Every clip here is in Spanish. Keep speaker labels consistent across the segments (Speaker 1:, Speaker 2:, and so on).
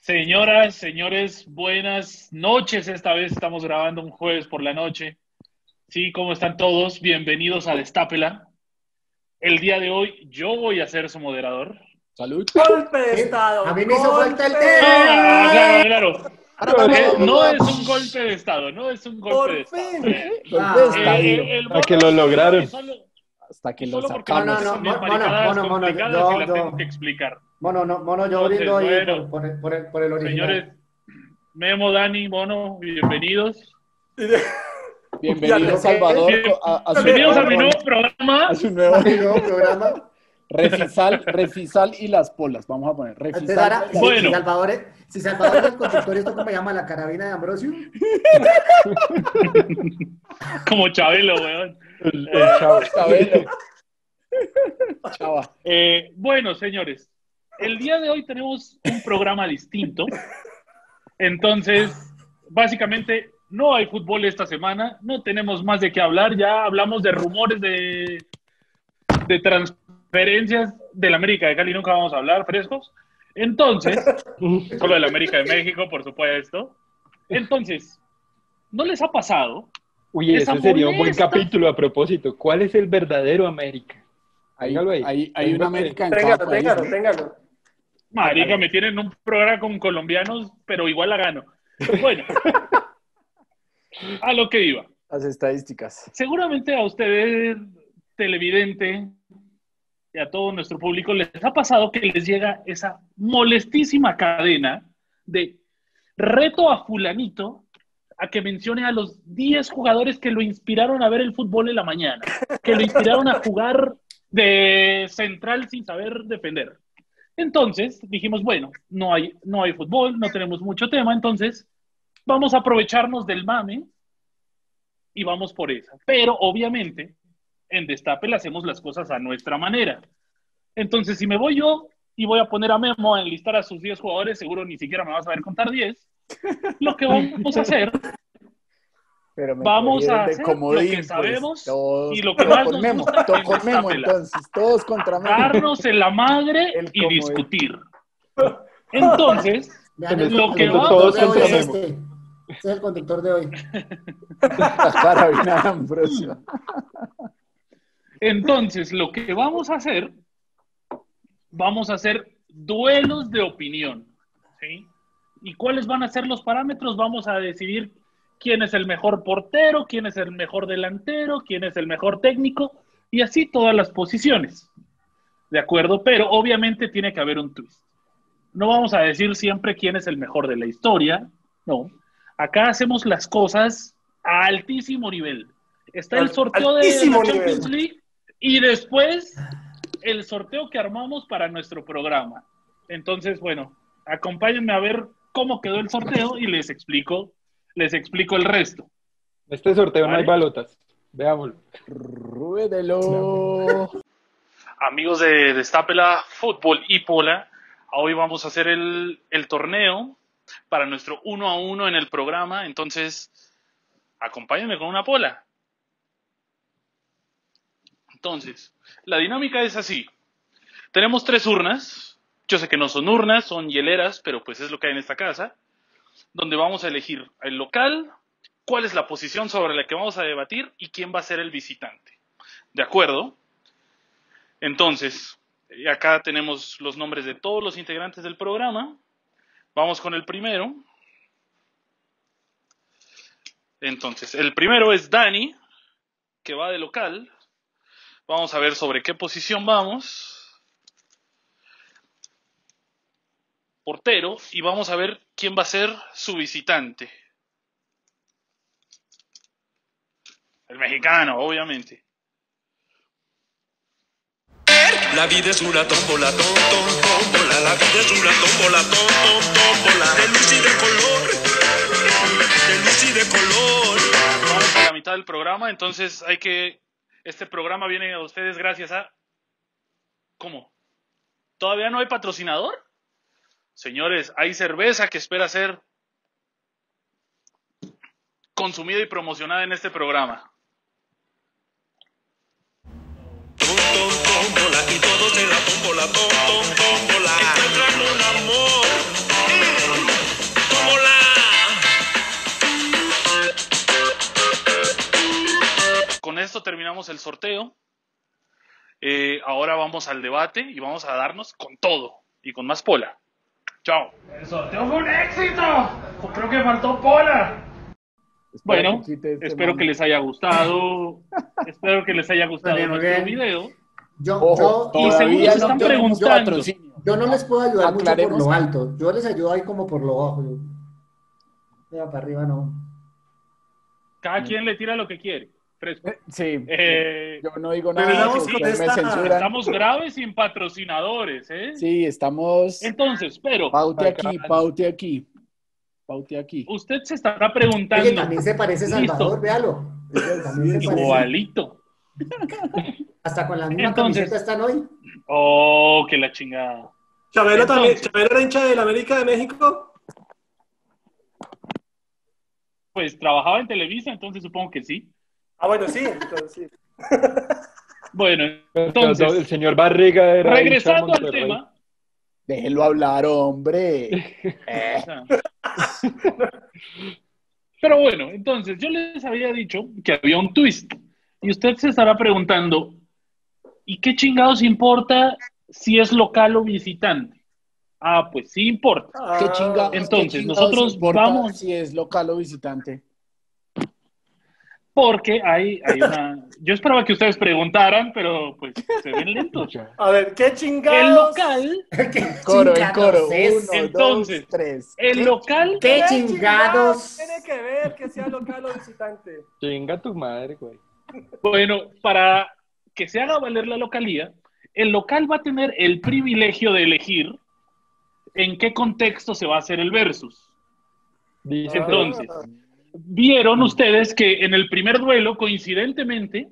Speaker 1: Señoras, señores, buenas noches. Esta vez estamos grabando un jueves por la noche. Sí, ¿cómo están todos? Bienvenidos a Destápela. El día de hoy yo voy a ser su moderador.
Speaker 2: Salud.
Speaker 3: Golpe de Estado.
Speaker 4: A mí me hizo
Speaker 3: golpe.
Speaker 4: falta el
Speaker 1: Ah,
Speaker 4: té.
Speaker 1: claro, claro. Eh,
Speaker 2: Golpe
Speaker 1: no es un golpe de Estado, no es un golpe de
Speaker 3: Por
Speaker 1: Estado.
Speaker 3: fin.
Speaker 2: de estado.
Speaker 1: Eh, eh, el
Speaker 2: Hasta que
Speaker 1: mono-
Speaker 2: lo lograron.
Speaker 1: Solo,
Speaker 2: Hasta que lo
Speaker 1: solo porque no,
Speaker 2: sacamos.
Speaker 1: no,
Speaker 4: no,
Speaker 1: mis
Speaker 4: mono,
Speaker 1: maricadas
Speaker 4: mono, mono,
Speaker 1: complicadas
Speaker 4: no,
Speaker 1: y las
Speaker 4: no.
Speaker 1: tengo que explicar.
Speaker 4: Mono, no, mono, yo
Speaker 1: Entonces,
Speaker 4: brindo ahí
Speaker 1: bueno.
Speaker 4: por, por el, por, el, por el original.
Speaker 1: Señores, Memo, Dani, Mono, bienvenidos.
Speaker 2: Bienvenido,
Speaker 4: Ya,
Speaker 2: Salvador,
Speaker 1: bien.
Speaker 2: a, a su
Speaker 1: Bienvenidos a mi
Speaker 2: nuevo,
Speaker 1: nuevo programa.
Speaker 2: a su nuevo
Speaker 4: El nuevo programa.
Speaker 2: Refisal, Refisal y las polas. Vamos a poner
Speaker 4: Antes Sara,
Speaker 2: Refisal.
Speaker 4: Este, si,
Speaker 1: Bueno.
Speaker 4: si Salvador, es- si Salvador es el conductor, ¿esto cómo se llama? ¿La carabina de Ambrosio?
Speaker 1: Como Chabelo, weón.
Speaker 2: Chabelo. Chava.
Speaker 1: Eh, bueno, señores, el día de hoy tenemos un programa distinto. Entonces, básicamente, no hay fútbol esta semana, no tenemos más de qué hablar. Ya hablamos de rumores de, de transferencias del América de Cali, nunca vamos a hablar frescos. Entonces, solo del América de México, por supuesto. Entonces, ¿no les ha pasado?
Speaker 5: Uy,
Speaker 1: Esa
Speaker 5: ese sería un buen
Speaker 1: molesta.
Speaker 5: capítulo a propósito. ¿Cuál es el verdadero América?
Speaker 2: Ahí,
Speaker 5: Téngalo ahí.
Speaker 2: ahí, hay una
Speaker 5: Téngalo
Speaker 2: América en cada
Speaker 3: Téngalo,
Speaker 2: país.
Speaker 3: téngalo,
Speaker 2: ¿no?
Speaker 3: téngalo.
Speaker 1: Marica, me tienen un programa con colombianos, pero igual la gano. Bueno, a lo que iba.
Speaker 2: Las estadísticas.
Speaker 1: Seguramente a ustedes, televidente, y a todo nuestro público, les ha pasado que les llega esa molestísima cadena de reto a fulanito a que mencione a los 10 jugadores que lo inspiraron a ver el fútbol en la mañana, que lo inspiraron a jugar de central sin saber defender. Entonces dijimos, bueno, no hay, no hay fútbol, no tenemos mucho tema, entonces vamos a aprovecharnos del mame y vamos por esa. Pero obviamente, en Destape le hacemos las cosas a nuestra manera. Entonces, si me voy yo y voy a poner a Memo a enlistar a sus 10 jugadores, seguro ni siquiera me vas a ver contar 10. Lo que vamos a hacer
Speaker 2: Pero me
Speaker 1: Vamos
Speaker 2: cogieron
Speaker 1: a
Speaker 2: de
Speaker 1: hacer
Speaker 2: comodín,
Speaker 1: lo que
Speaker 2: pues.
Speaker 1: sabemos
Speaker 2: Todos-
Speaker 1: y lo que
Speaker 2: pero
Speaker 1: más
Speaker 2: con
Speaker 1: nos
Speaker 2: Memo,
Speaker 1: gusta
Speaker 2: todo
Speaker 1: en
Speaker 2: con Memo,
Speaker 1: Zapela.
Speaker 2: entonces, todos contra Memo.
Speaker 1: darnos en la madre
Speaker 2: El
Speaker 1: y
Speaker 2: comodín.
Speaker 1: discutir. Entonces,
Speaker 4: Vean,
Speaker 5: Lo
Speaker 4: el conductor
Speaker 1: que
Speaker 4: de
Speaker 1: todos
Speaker 4: hoy es
Speaker 5: conocemos.
Speaker 4: este. Este es el conductor de hoy.
Speaker 2: La carabina de Ambrosio.
Speaker 1: entonces lo que vamos a hacer, vamos a hacer duelos de opinión. ¿sí? ¿Y cuáles van a ser los parámetros? Vamos a decidir quién es el mejor portero, quién es el mejor delantero, quién es el mejor técnico, y así todas las posiciones. ¿De acuerdo? Pero obviamente tiene que haber un twist. No vamos a decir siempre quién es el mejor de la historia, no. Acá hacemos las cosas a altísimo nivel. Está el
Speaker 3: Al-
Speaker 1: sorteo de la
Speaker 3: altísimo
Speaker 1: Champions
Speaker 3: nivel.
Speaker 1: League y después el sorteo que armamos para nuestro programa. Entonces, bueno, acompáñenme a ver cómo quedó el sorteo y les explico, les explico el resto.
Speaker 5: En este sorteo no
Speaker 1: Vale.
Speaker 5: hay balotas. Veámoslo.
Speaker 2: Ruédelo.
Speaker 1: amigos de Destapela Fútbol y Pola. Hoy vamos a hacer el, el torneo para nuestro uno a uno en el programa. Entonces, acompáñenme con una pola. Entonces, la dinámica es así. Tenemos tres urnas. Yo sé que no son urnas, son hieleras, pero pues es lo que hay en esta casa. Donde vamos a elegir el local, cuál es la posición sobre la que vamos a debatir y quién va a ser el visitante. ¿De acuerdo? Entonces, eh, acá tenemos los nombres de todos los integrantes del programa. Vamos con el primero. Entonces, el primero es Dani, que va de local. Vamos a ver sobre qué posición vamos. Portero, y vamos a ver quién va a ser su visitante. El mexicano, obviamente.
Speaker 6: La vida es una tómbola, tom, tom, tómbola. La vida es una tómbola, tom, tom, tómbola. De luz y de color, de luz y de color.
Speaker 1: Vamos a la mitad del programa, entonces hay que. Este programa viene a ustedes gracias a. ¿Cómo? ¿Todavía no hay patrocinador? Señores, hay cerveza que espera ser consumida y promocionada en este programa.
Speaker 6: Tom, tom, tómbola. Y todos en la tómbola, tom, tom, tómbola. Encuentran un amor. mm,
Speaker 1: esto terminamos el sorteo. Eh, ahora vamos al debate y vamos a darnos con todo y con más pola. Chao. El sorteo fue un éxito. Creo que faltó pola. Bueno,
Speaker 2: este
Speaker 1: espero que les haya gustado. espero que les haya gustado
Speaker 4: Muy bien, muy
Speaker 1: nuestro
Speaker 4: bien.
Speaker 1: video.
Speaker 4: Yo,
Speaker 2: Ojo,
Speaker 4: yo-
Speaker 1: y
Speaker 2: todavía
Speaker 1: según se están
Speaker 2: tenemos
Speaker 1: preguntando.
Speaker 2: patrocinio.
Speaker 4: yo no les puedo ayudar mucho por
Speaker 2: Aclaremos.
Speaker 4: lo alto. Yo les ayudo ahí como por lo bajo. yo- Mira, para arriba no.
Speaker 1: Cada quien le tira lo que quiere. Fresco.
Speaker 2: Eh, Sí,
Speaker 1: Eh,
Speaker 2: yo no digo
Speaker 4: pero
Speaker 2: nada.
Speaker 4: vamos
Speaker 2: que
Speaker 4: con
Speaker 2: ustedes me
Speaker 4: esta-
Speaker 2: censuran.
Speaker 1: estamos graves sin patrocinadores, ¿eh?
Speaker 2: Sí, estamos.
Speaker 1: Entonces, pero
Speaker 2: Paute
Speaker 5: Acá.
Speaker 2: aquí, paute aquí. Paute aquí.
Speaker 1: usted se estará
Speaker 4: Oye,
Speaker 1: preguntando,
Speaker 4: también se parece a
Speaker 1: Listo.
Speaker 4: Salvador, véalo. También se parece.
Speaker 1: igualito.
Speaker 4: Hasta con la misma
Speaker 1: Entonces-
Speaker 4: camiseta están hoy.
Speaker 1: Oh, que la chingada.
Speaker 3: Chabelo también,
Speaker 1: Entonces.
Speaker 3: Chabelo era hincha del América de México.
Speaker 1: Pues trabajaba en Televisa, entonces supongo que sí.
Speaker 3: Ah, bueno, sí, entonces sí.
Speaker 1: Bueno,
Speaker 5: Pero Pues, el
Speaker 1: entonces,
Speaker 5: señor Barriga era hincha de
Speaker 1: regresando al
Speaker 5: Monterrey.
Speaker 1: tema.
Speaker 2: Déjelo hablar, hombre. Eh,
Speaker 1: Pero bueno, entonces yo les había dicho que había un twist. Y usted se estará preguntando, ¿y qué chingados importa si es local o visitante? Ah, pues sí importa.
Speaker 3: Ah,
Speaker 2: ¿Qué chinga?
Speaker 1: Entonces,
Speaker 2: qué chingados
Speaker 1: nosotros
Speaker 2: importa
Speaker 1: vamos-
Speaker 2: Si es local o visitante.
Speaker 1: Porque hay, hay una... Yo esperaba que ustedes preguntaran, pero pues se ven lentos.
Speaker 3: A ver, ¿qué chingados?
Speaker 1: El local,
Speaker 2: El coro, el coro.
Speaker 4: chingados es?
Speaker 2: Uno,
Speaker 1: Entonces,
Speaker 2: dos, tres.
Speaker 1: el local
Speaker 4: ¿Qué chingados?
Speaker 3: Tiene que ver que sea local o visitante.
Speaker 5: Chinga tu madre, güey.
Speaker 1: Bueno, para que se haga valer la localía, el local va a tener el privilegio de elegir en qué contexto se va a hacer el versus.
Speaker 2: Ah.
Speaker 5: Dice
Speaker 1: Entonces, vieron ustedes que en el primer duelo, coincidentemente,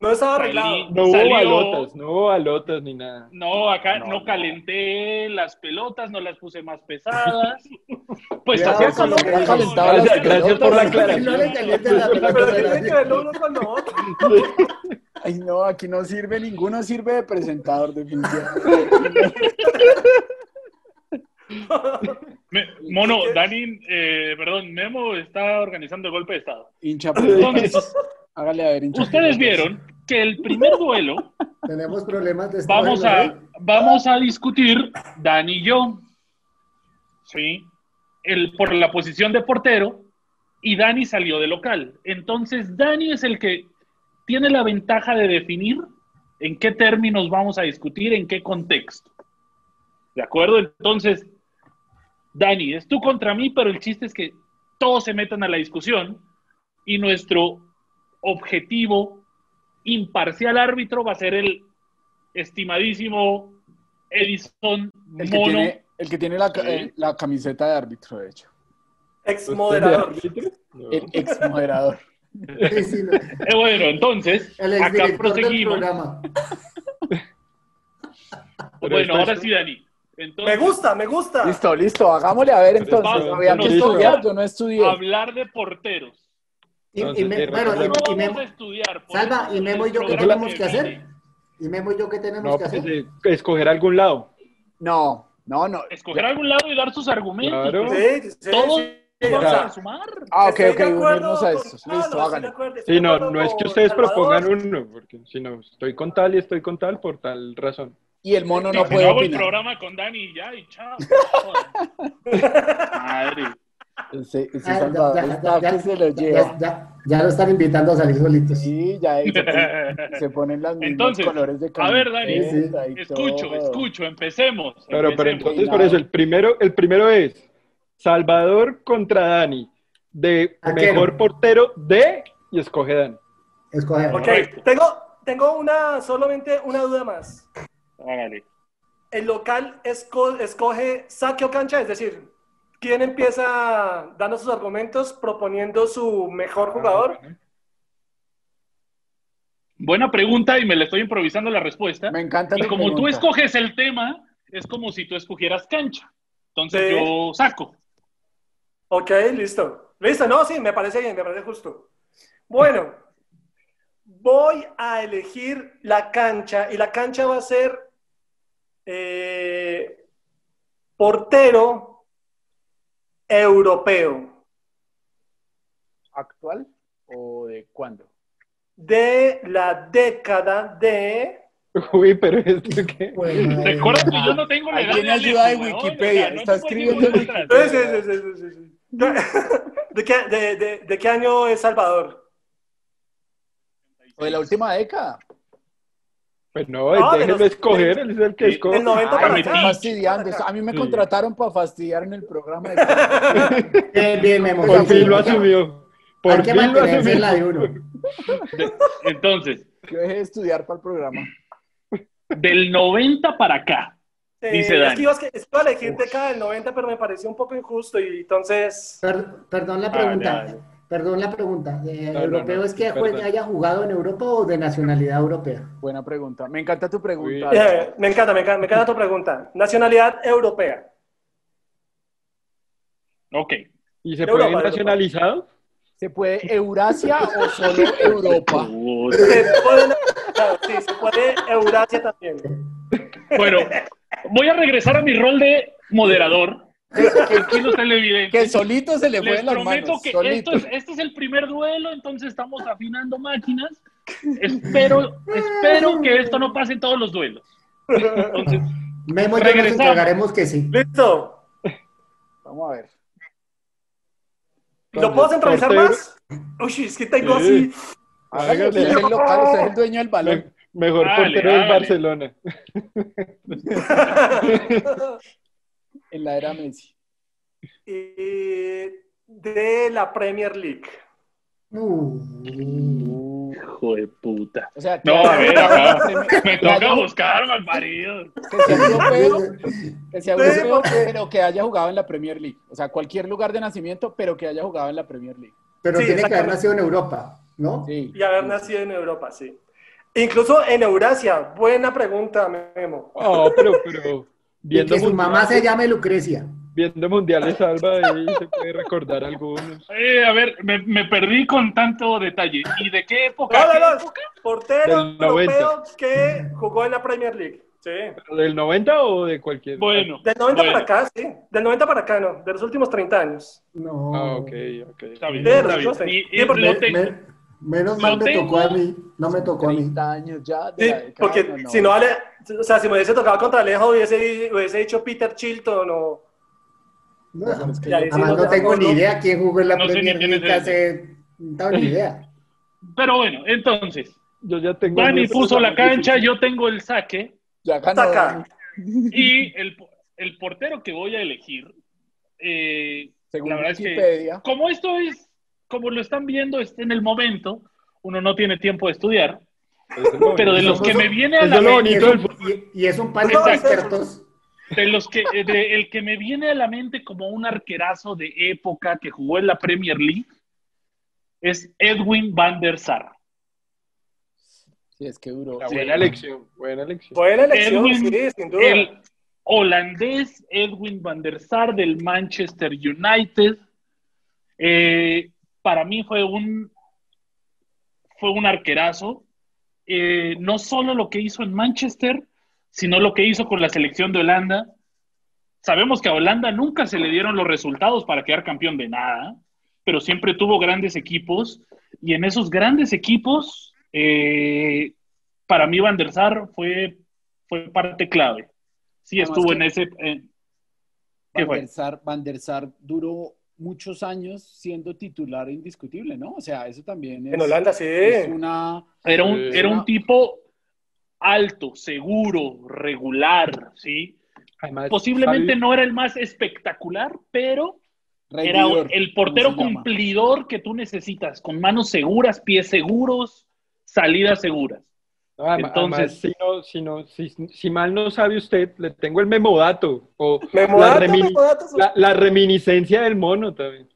Speaker 3: No estaba
Speaker 1: salí-
Speaker 3: arreglado.
Speaker 5: No hubo
Speaker 1: salió-
Speaker 5: balotas, no hubo balotas ni nada.
Speaker 1: No, acá
Speaker 5: No,
Speaker 1: no,
Speaker 5: no.
Speaker 1: calenté las pelotas, no las puse más pesadas. Pues
Speaker 2: Cuidado
Speaker 1: hacía
Speaker 2: con lo
Speaker 1: calor.
Speaker 2: que ha calentado
Speaker 1: Gracias,
Speaker 2: las pelotas.
Speaker 5: gracias por la aclaración.
Speaker 4: No le calienten la
Speaker 3: Pero
Speaker 4: pelota de
Speaker 3: tiene que
Speaker 4: la-
Speaker 3: ver lo uno con lo otro.
Speaker 2: Ay, no, aquí no sirve, ninguno sirve de presentador, definitivamente.
Speaker 1: Me- mono, Dani, eh, perdón, Memo está organizando el golpe de estado.
Speaker 2: Hincha
Speaker 1: Entonces-
Speaker 2: pelotas. Hágale a ver, hincha
Speaker 1: Ustedes
Speaker 2: pelotas.
Speaker 1: vieron que el primer duelo
Speaker 4: Tenemos problemas de este
Speaker 1: vamos
Speaker 4: baile,
Speaker 1: a,
Speaker 4: ¿eh?
Speaker 1: vamos a discutir, Dan y yo, ¿sí? El, por la posición de portero y Dani salió de local. Entonces, Dani es el que tiene la ventaja de definir en qué términos vamos a discutir, en qué contexto. ¿De acuerdo? Entonces, Dani, es tú contra mí, pero el chiste es que todos se metan a la discusión y nuestro objetivo imparcial árbitro va a ser el estimadísimo Edison
Speaker 2: El que,
Speaker 1: Mono.
Speaker 2: tiene, el que tiene la, ca- eh, la camiseta de árbitro, de hecho.
Speaker 3: Ex moderador.
Speaker 5: ¿Usted de árbitro? No.
Speaker 4: Eh,
Speaker 2: El ex moderador.
Speaker 4: Sí, sí, no.
Speaker 1: Eh, bueno, entonces,
Speaker 4: El
Speaker 1: acá
Speaker 4: exdirector del
Speaker 1: proseguimos.
Speaker 4: programa.
Speaker 5: Pero
Speaker 1: Bueno,
Speaker 5: esto
Speaker 1: ahora
Speaker 5: es-
Speaker 1: sí, Dani. Entonces,
Speaker 3: Me gusta, me gusta.
Speaker 2: Listo, listo, hagámosle a ver
Speaker 5: Pero
Speaker 2: entonces.
Speaker 1: vamos,
Speaker 2: Había que
Speaker 1: nos
Speaker 2: estudiar,
Speaker 1: toca
Speaker 2: yo no estudié.
Speaker 1: hablar de porteros.
Speaker 4: Y, y
Speaker 5: Entonces,
Speaker 4: me-
Speaker 5: sí,
Speaker 4: bueno,
Speaker 1: ¿Cómo
Speaker 4: y, y
Speaker 1: vamos a
Speaker 4: Memo,
Speaker 1: estudiar? Por
Speaker 4: Salva,
Speaker 1: ejemplo,
Speaker 4: ¿y Memo y yo
Speaker 1: el
Speaker 4: qué
Speaker 1: programa
Speaker 4: tenemos que hacer?
Speaker 1: viene?
Speaker 4: ¿Y Memo y yo qué tenemos
Speaker 5: No,
Speaker 4: que hacer?
Speaker 5: pues, eh, escoger algún lado.
Speaker 2: No, no, no.
Speaker 1: Escoger algún lado y dar sus argumentos.
Speaker 5: Claro.
Speaker 1: pues.
Speaker 3: Sí, sí, sí,
Speaker 1: Todos
Speaker 3: sí,
Speaker 1: vamos
Speaker 3: o sea,
Speaker 1: a sumar.
Speaker 2: Ah, ok,
Speaker 3: estoy
Speaker 2: ok,
Speaker 3: de acuerdo
Speaker 2: unirnos a
Speaker 3: con
Speaker 2: estos.
Speaker 3: Pablo,
Speaker 2: Listo,
Speaker 3: estoy de
Speaker 2: háganlo.
Speaker 3: acuerdo, estoy
Speaker 5: Sí,
Speaker 3: de
Speaker 5: no,
Speaker 3: acuerdo
Speaker 5: no es que
Speaker 3: con
Speaker 5: ustedes
Speaker 3: Salvador.
Speaker 5: propongan uno, porque si no, estoy con tal y estoy con tal por tal razón.
Speaker 2: Y el mono
Speaker 1: No,
Speaker 2: no
Speaker 1: si no
Speaker 2: puede
Speaker 1: hago el
Speaker 2: opinar.
Speaker 1: programa con Dani y ya, y chao. Madre.
Speaker 2: Ese, ese
Speaker 4: Ah, ya-
Speaker 2: Salvador
Speaker 4: ya-
Speaker 2: está
Speaker 4: ya-
Speaker 2: que se lo
Speaker 4: Ya,
Speaker 5: E
Speaker 2: lleva.
Speaker 4: ya- ya lo están invitando a salir solitos.
Speaker 2: Sí, ya se, pon- se ponen los mismos
Speaker 1: Entonces,
Speaker 2: colores de
Speaker 1: a ver, Dani,
Speaker 2: camiseta y
Speaker 1: Escucho,
Speaker 2: todo.
Speaker 1: escucho, empecemos.
Speaker 5: Claro,
Speaker 1: empecemos.
Speaker 5: pero entonces por eso, el primero, el primero es Salvador contra Dani, de
Speaker 4: Arquero.
Speaker 5: mejor portero de y escoge Dani.
Speaker 4: Escoger.
Speaker 3: Ok, tengo, tengo una, solamente una duda más.
Speaker 1: Hágale.
Speaker 3: El local esco- escoge saque o cancha, es decir, ¿quién empieza dando sus argumentos, proponiendo su mejor jugador?
Speaker 1: Buena pregunta y me la estoy improvisando la respuesta.
Speaker 2: Me encanta
Speaker 1: Y
Speaker 2: tu
Speaker 1: como tú
Speaker 2: pregunta.
Speaker 1: escoges el tema, es como si tú escogieras cancha. Entonces
Speaker 3: Sí.
Speaker 1: yo saco.
Speaker 3: Ok, listo. Listo, no, sí, me parece bien, me parece justo. Bueno, voy a elegir la cancha y la cancha va a ser eh, portero europeo.
Speaker 2: ¿Actual o de cuándo?
Speaker 3: de la década de...
Speaker 5: Uy, pero esto que.
Speaker 4: Pues, madre.
Speaker 1: Recuerda que yo no tengo la
Speaker 2: Ahí
Speaker 1: edad
Speaker 2: tiene
Speaker 1: de
Speaker 2: ayuda de
Speaker 1: Alejo, weón,
Speaker 2: Wikipedia,
Speaker 1: o sea, no
Speaker 2: está
Speaker 1: te puedes ir por
Speaker 2: escribiendo-
Speaker 1: detrás.
Speaker 3: Sí, Eh, sí, sí, sí, sí, sí. ¿De qué, de- de- de qué año es Salvador?
Speaker 2: O de la última década.
Speaker 5: Pues no,
Speaker 3: No, de
Speaker 5: déjenlo
Speaker 3: los-
Speaker 5: escoger, él es el que
Speaker 1: del-
Speaker 5: escoge.
Speaker 3: Del 90
Speaker 2: Ay,
Speaker 3: para
Speaker 2: me
Speaker 1: Ay,
Speaker 2: están
Speaker 3: acá.
Speaker 2: fastidiando. A mí me
Speaker 1: Mm.
Speaker 5: Sí.
Speaker 2: contrataron para fastidiar en el programa. de-
Speaker 4: Bien, bien, Memo.
Speaker 5: Por fin lo
Speaker 4: Hay
Speaker 5: asumió. Por
Speaker 4: que
Speaker 5: fin lo
Speaker 4: mantenerse en la de
Speaker 5: asumió.
Speaker 4: uno.
Speaker 1: Entonces,
Speaker 2: Yo dejé de estudiar para el programa.
Speaker 1: del 90 para acá.
Speaker 3: Eh,
Speaker 1: Dice
Speaker 3: es
Speaker 1: Dani.
Speaker 3: que ibas que- es que iba a elegir década del 90, pero me pareció un poco injusto y entonces...
Speaker 4: Per- perdón la
Speaker 1: Ah,
Speaker 4: pregunta.
Speaker 1: ya,
Speaker 4: Perdón la pregunta. Eh,
Speaker 5: no,
Speaker 4: ¿Europeo
Speaker 5: no,
Speaker 4: es que
Speaker 5: perdón.
Speaker 4: jue- haya jugado en Europa o de nacionalidad europea?
Speaker 2: Buena pregunta. Me encanta tu pregunta.
Speaker 5: Uy.
Speaker 3: Eh, me encanta, me encanta, me encanta tu pregunta. Nacionalidad europea.
Speaker 1: Ok.
Speaker 5: ¿Y se
Speaker 3: Europa,
Speaker 5: puede
Speaker 3: Europa.
Speaker 5: nacionalizado?
Speaker 2: ¿Se puede Eurasia o solo Europa?
Speaker 3: Se puede, sí, se puede Eurasia también.
Speaker 1: Bueno, voy a regresar a mi rol de moderador. Tranquilos televidentes.
Speaker 2: Que solito se le
Speaker 1: Les
Speaker 2: fue las
Speaker 1: prometo
Speaker 2: manos.
Speaker 1: que
Speaker 2: Solito.
Speaker 1: esto es, este es el primer duelo, entonces estamos afinando máquinas. Espero, espero que esto no pase en todos los duelos. Entonces,
Speaker 4: Memo, y yo nos
Speaker 1: Regresamos.
Speaker 4: encargaremos que sí.
Speaker 3: Listo.
Speaker 2: Vamos a ver.
Speaker 3: ¿Lo puedo centralizar
Speaker 5: Tortero.
Speaker 3: más? Uy, es que tengo así.
Speaker 5: Hágale.
Speaker 2: Usted es el local, usted es el dueño del
Speaker 5: Me-
Speaker 2: balón.
Speaker 5: mejor
Speaker 1: Hágale,
Speaker 5: portero del
Speaker 1: hágale.
Speaker 5: Barcelona.
Speaker 2: En la era Messi.
Speaker 3: Eh, de la Premier League.
Speaker 4: Uh,
Speaker 1: hijo de puta.
Speaker 2: O sea, que-
Speaker 1: No, a ver, acá.
Speaker 2: que
Speaker 1: Me
Speaker 2: haya-
Speaker 1: toca buscar mal parido.
Speaker 2: Que sea europeo, que sea
Speaker 3: Sí,
Speaker 2: europeo,
Speaker 3: porque-
Speaker 2: pero que haya jugado en la Premier League. O sea, cualquier lugar de nacimiento, pero que haya jugado en la Premier League.
Speaker 4: pero
Speaker 3: Sí,
Speaker 4: tiene que haber
Speaker 3: exactamente.
Speaker 4: nacido en Europa, ¿no?
Speaker 2: Sí.
Speaker 3: Y haber nacido en Europa, sí. Incluso en Eurasia. Buena pregunta, Memo.
Speaker 5: Oh, pero, pero.
Speaker 4: Y
Speaker 5: Viendo,
Speaker 4: que su
Speaker 5: mundiales,
Speaker 4: mamá se llame Lucrecia.
Speaker 5: viendo mundiales, salva ahí, se puede recordar algunos.
Speaker 1: Eh, a ver, me, me perdí con tanto detalle. ¿Y de qué época?
Speaker 3: No, no,
Speaker 1: ¿Qué
Speaker 3: no.
Speaker 1: época?
Speaker 3: Portero
Speaker 5: Del 90.
Speaker 3: europeo que jugó en la Premier League. Sí.
Speaker 5: ¿Pero ¿Del 90 o de cualquier?
Speaker 1: Bueno.
Speaker 3: Del 90
Speaker 1: bueno,
Speaker 3: para acá, sí. Del 90 para acá, no. De los últimos 30 años.
Speaker 4: No.
Speaker 5: Ah, ok, ok.
Speaker 1: Está bien,
Speaker 3: Eh,
Speaker 1: está bien.
Speaker 3: resulta-
Speaker 1: Y- y
Speaker 3: Sí, porque-
Speaker 1: lo
Speaker 4: Me-
Speaker 1: tengo.
Speaker 4: me- menos
Speaker 1: Lo
Speaker 4: mal me
Speaker 1: tengo.
Speaker 4: tocó a mí. No me tocó a mí.
Speaker 2: 30 años ya. de
Speaker 3: Sí,
Speaker 2: la década
Speaker 3: porque
Speaker 2: del
Speaker 3: si no, Ale, o sea, si me hubiese tocado contra Alejo, hubiese, hubiese dicho Peter Chilton o.
Speaker 4: No,
Speaker 2: Pero es que
Speaker 3: Ya,
Speaker 2: yo-
Speaker 3: y si
Speaker 4: además, no
Speaker 3: nos
Speaker 4: tengo ni
Speaker 3: dejamos,
Speaker 4: idea quién jugó en la
Speaker 1: No sé ni
Speaker 4: Premier
Speaker 1: quién es
Speaker 4: League
Speaker 1: él.
Speaker 4: hace. No tengo ni idea.
Speaker 1: Pero bueno, entonces,
Speaker 5: Yo ya tengo.
Speaker 1: Dani
Speaker 5: unos-
Speaker 1: puso la cancha, yo tengo el saque
Speaker 2: ya ganó
Speaker 3: Saca.
Speaker 2: Dani.
Speaker 1: y el, el portero que voy a elegir, eh,
Speaker 2: según
Speaker 1: La verdad es que-
Speaker 2: Wikipedia.
Speaker 1: como esto es, como lo están viendo es en el momento, uno no tiene tiempo de estudiar,
Speaker 5: Es lo
Speaker 1: pero de
Speaker 5: bonito.
Speaker 1: los que me viene a
Speaker 5: Es
Speaker 1: la
Speaker 5: lo
Speaker 1: mente,
Speaker 4: Y es
Speaker 5: bonito del
Speaker 4: un,
Speaker 5: fútbol.
Speaker 4: y- y es un panel de
Speaker 3: Exacto.
Speaker 4: expertos.
Speaker 1: de los que, de el que me viene a la mente como un arquerazo de época que jugó en la Premier League, es Edwin van der Sar.
Speaker 2: Sí, es que duró.
Speaker 5: La
Speaker 1: Sí.
Speaker 5: Buena elección, buena elección.
Speaker 3: Buena elección,
Speaker 1: Edwin,
Speaker 3: sí, sin duda.
Speaker 1: El holandés Edwin van der Sar del Manchester United. Eh, para mí fue un fue un arquerazo. Eh, no solo lo que hizo en Manchester, sino lo que hizo con la selección de Holanda. Sabemos que a Holanda nunca se le dieron los resultados para quedar campeón de nada, pero siempre tuvo grandes equipos y en esos grandes equipos, eh, para mí Van der Sar fue, fue parte clave. Sí,
Speaker 2: Además
Speaker 1: estuvo
Speaker 2: que-
Speaker 1: en ese... eh, ¿Qué
Speaker 2: Van
Speaker 1: fue?
Speaker 2: der, Sar, Van der Sar duró muchos años siendo titular indiscutible, ¿no? O sea, eso también es,
Speaker 3: En Holanda, sí.
Speaker 2: es una...
Speaker 1: Era un,
Speaker 5: Sí.
Speaker 1: era un tipo alto, seguro, regular, ¿sí?
Speaker 5: Además,
Speaker 1: Posiblemente
Speaker 5: sal-
Speaker 1: no era el más espectacular, pero era
Speaker 2: Rendidor,
Speaker 1: el portero
Speaker 2: ¿cómo se llama?
Speaker 1: cumplidor que tú necesitas, con manos seguras, pies seguros, salidas seguras.
Speaker 5: No, adem-
Speaker 1: Entonces-
Speaker 5: además, si, no- si no- si- si mal no sabe usted, le tengo el memodato o la,
Speaker 3: Memodato,
Speaker 5: remini-
Speaker 3: memodato, su-
Speaker 5: la- la reminiscencia del mono también.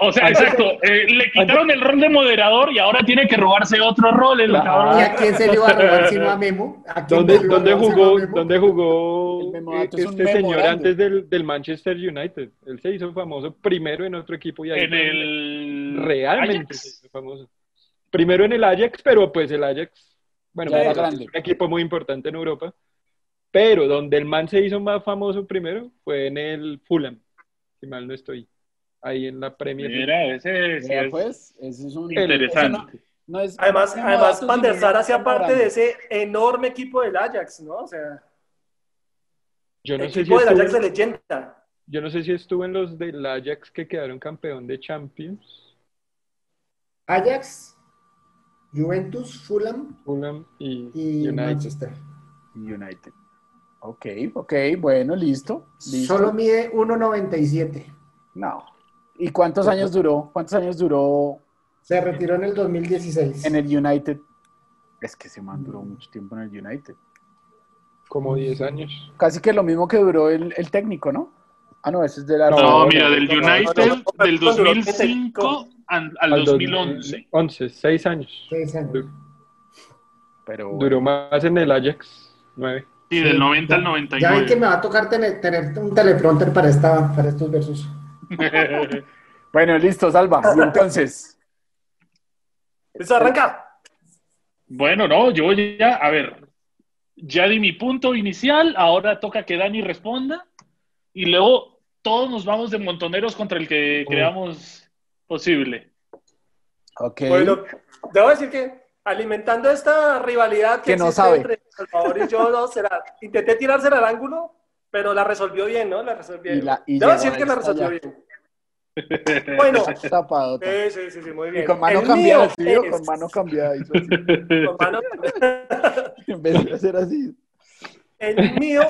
Speaker 1: O sea,
Speaker 5: Antes-
Speaker 1: exacto, eh, le quitaron el rol de moderador y ahora tiene que robarse otro rol. El
Speaker 5: Claro.
Speaker 1: cabrón.
Speaker 4: ¿Y a quién se le iba a robar sino a Memo? ¿A quién
Speaker 5: Ah. ¿Dónde,
Speaker 4: se le iba a
Speaker 5: dónde
Speaker 4: robar sino
Speaker 5: jugó,
Speaker 4: a Memo?
Speaker 5: dónde
Speaker 2: El
Speaker 5: jugó
Speaker 2: memodato
Speaker 5: eh,
Speaker 2: es un
Speaker 5: este señor
Speaker 2: memorando.
Speaker 5: antes del, del Manchester United? Él se hizo famoso primero en otro equipo y ahí
Speaker 1: En
Speaker 5: fue
Speaker 1: el.
Speaker 5: realmente se
Speaker 1: Ajax.
Speaker 5: hizo famoso. Primero en el Ajax, pero pues el Ajax, bueno,
Speaker 2: Ya era
Speaker 5: pues,
Speaker 2: grande.
Speaker 5: es un equipo muy importante en Europa, pero donde el man se hizo más famoso primero fue en el Fulham, si mal no estoy, ahí en la Premier League.
Speaker 1: Mira, ese sí
Speaker 2: Vea,
Speaker 1: es
Speaker 2: pues, eso es un...
Speaker 1: interesante.
Speaker 2: eso no- No es,
Speaker 3: Además,
Speaker 2: no es
Speaker 3: además
Speaker 2: Modato,
Speaker 3: Van der
Speaker 2: sino
Speaker 3: Sar
Speaker 2: es
Speaker 3: hacía parte
Speaker 2: Zamorano.
Speaker 3: de ese enorme equipo del Ajax, ¿no? O sea,
Speaker 5: Yo no, sé si
Speaker 3: equipo del Ajax de
Speaker 5: estuvo,
Speaker 3: leyenda.
Speaker 5: yo no sé si estuvo en los del Ajax que quedaron campeón de Champions,
Speaker 4: Ajax, Juventus, Fulham
Speaker 5: Fulham y,
Speaker 4: y
Speaker 5: United.
Speaker 4: Manchester.
Speaker 2: United. Ok, ok, bueno, listo. listo.
Speaker 4: Solo mide 1.97.
Speaker 2: No. ¿Y cuántos años duró? ¿Cuántos años duró
Speaker 4: Se retiró en el 2016.
Speaker 2: en el United? Es que se manduró mucho tiempo en el United.
Speaker 5: Como 10 años.
Speaker 2: Casi que lo mismo que duró el, el técnico, ¿no? Ah, no, ese es de la...
Speaker 1: No,
Speaker 5: no,
Speaker 1: mira,
Speaker 5: no,
Speaker 1: del
Speaker 5: no, no,
Speaker 1: United,
Speaker 3: no, no,
Speaker 1: del
Speaker 3: no, no, no,
Speaker 1: 2005 al, al 2011.
Speaker 5: 11, 6 años.
Speaker 4: Seis años.
Speaker 5: Du-
Speaker 2: Pero bueno.
Speaker 5: Duró más en el Ajax, 9.
Speaker 1: Sí, del 90 al
Speaker 4: Ya ven que
Speaker 1: 99.
Speaker 4: me va a tocar tele- tener un teleprompter para, esta, para estos versos.
Speaker 2: Bueno, listo, Salva. Y entonces,
Speaker 3: ¿Listo? Arranca.
Speaker 1: bueno, no, yo ya, a ver, ya di mi punto inicial, ahora toca que Dani responda y luego todos nos vamos de montoneros contra el que creamos posible.
Speaker 2: ok.
Speaker 3: Bueno, debo decir que alimentando esta rivalidad que,
Speaker 2: Que no
Speaker 3: existe
Speaker 2: sabe.
Speaker 3: entre Salvador y yo, no, será, intenté tirársela al ángulo, pero la resolvió bien, ¿no? La resolvió
Speaker 2: Y
Speaker 3: bien.
Speaker 2: la- y
Speaker 3: debo
Speaker 2: llegó
Speaker 3: decir que la
Speaker 2: hasta
Speaker 3: resolvió
Speaker 2: allá.
Speaker 3: bien. Bueno,
Speaker 2: Zapadota.
Speaker 3: sí, sí, sí, sí, muy bien.
Speaker 2: Y con mano
Speaker 3: eh, El
Speaker 2: cambiada,
Speaker 3: mío
Speaker 2: sí, o
Speaker 3: es-
Speaker 2: con mano cambiada. hizo así,
Speaker 3: con mano
Speaker 2: en vez de hacer así.
Speaker 3: El mío,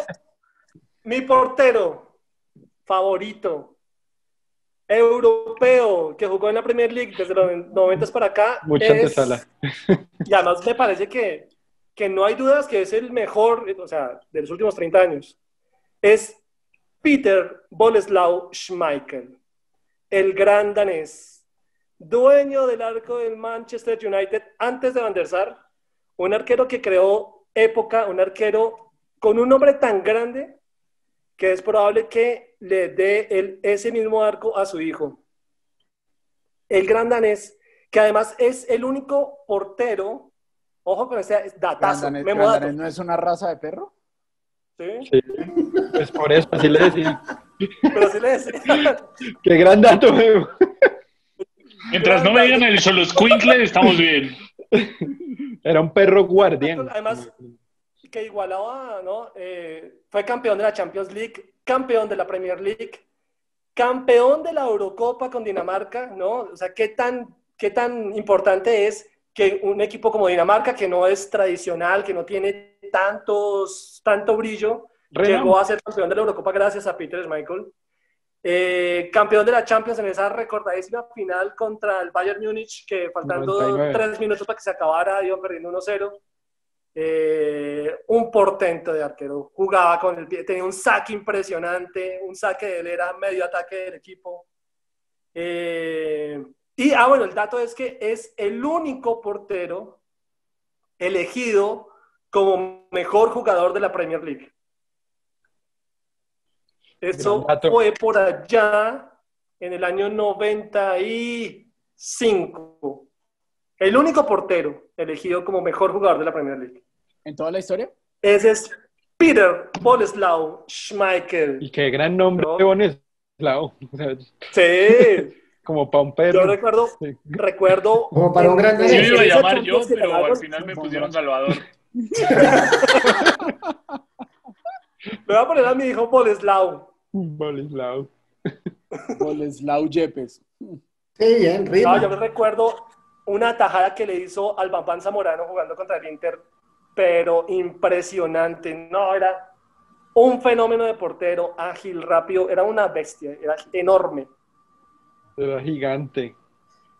Speaker 3: mi portero favorito, europeo, que jugó en la Premier League desde los 90 para acá.
Speaker 5: Mucha
Speaker 3: es-
Speaker 5: antesala.
Speaker 3: Y además me parece que, que no hay dudas que es el mejor, o sea, de los últimos 30 años. Es Peter Boleslaw Schmeichel, el gran danés, dueño del arco del Manchester United antes de Van der Sar, un arquero que creó época, un arquero con un nombre tan grande que es probable que le dé el- ese mismo arco a su hijo. El gran danés, que además es el único portero, ojo con ese es datazo,
Speaker 2: Grandanés-
Speaker 3: Memo Dato,
Speaker 2: Grandanés ¿No es una raza de perro?
Speaker 3: ¿sí?
Speaker 5: Sí. Pues por eso, así le decían.
Speaker 3: Pero sí le decía.
Speaker 5: ¡Qué gran dato, Memo!
Speaker 1: Mientras no me digan el Xoloscuincle, estamos bien.
Speaker 5: Era un perro guardián.
Speaker 3: Además- que igualaba, ¿no? Eh, fue campeón de la Champions League, campeón de la Premier League, campeón de la Eurocopa con Dinamarca, ¿no? O sea, ¿qué tan, qué tan importante es que un equipo como Dinamarca, que no es tradicional, que no tiene tantos, tanto brillo, llegó a ser campeón de la Eurocopa gracias a Peter Schmeichel. Eh, campeón de la Champions en esa recordadísima final contra el Bayern Múnich, que faltando
Speaker 5: 99.
Speaker 3: tres minutos para que se acabara, iba perdiendo 1-0. Eh, un portento de arquero. Jugaba con el pie, tenía un saque impresionante, un saque de él era medio ataque del equipo. Eh, y, ah, bueno, el dato es que es el único portero elegido como mejor jugador de la Premier League. Eso
Speaker 5: Gran dato.
Speaker 3: fue por allá en el año 95. El único portero elegido como mejor jugador de la Premier League.
Speaker 2: ¿En toda la historia?
Speaker 3: Ese es Peter Boleslaw Schmeichel.
Speaker 5: Y qué gran nombre
Speaker 3: No.
Speaker 5: de Boneslao. O sea,
Speaker 3: Sí,
Speaker 5: como para un
Speaker 3: yo
Speaker 5: perro.
Speaker 3: recuerdo,
Speaker 5: Sí.
Speaker 3: recuerdo.
Speaker 4: Como para un gran
Speaker 1: Yo
Speaker 4: danés.
Speaker 1: iba a
Speaker 3: Esa
Speaker 1: llamar yo,
Speaker 3: Champions que
Speaker 1: pero al
Speaker 3: ganaron,
Speaker 1: final me pusieron Salvador.
Speaker 3: Le voy a poner a mi hijo Boleslaw.
Speaker 5: Boleslao.
Speaker 2: Pues, Boleslao Yepes.
Speaker 4: Sí, bien,
Speaker 3: No,
Speaker 4: rima.
Speaker 3: yo me recuerdo una tajada que le hizo al Bambán Zamorano jugando contra el Inter, pero impresionante. No, era un fenómeno de portero, ágil, rápido, era una bestia, era enorme.
Speaker 5: Era gigante.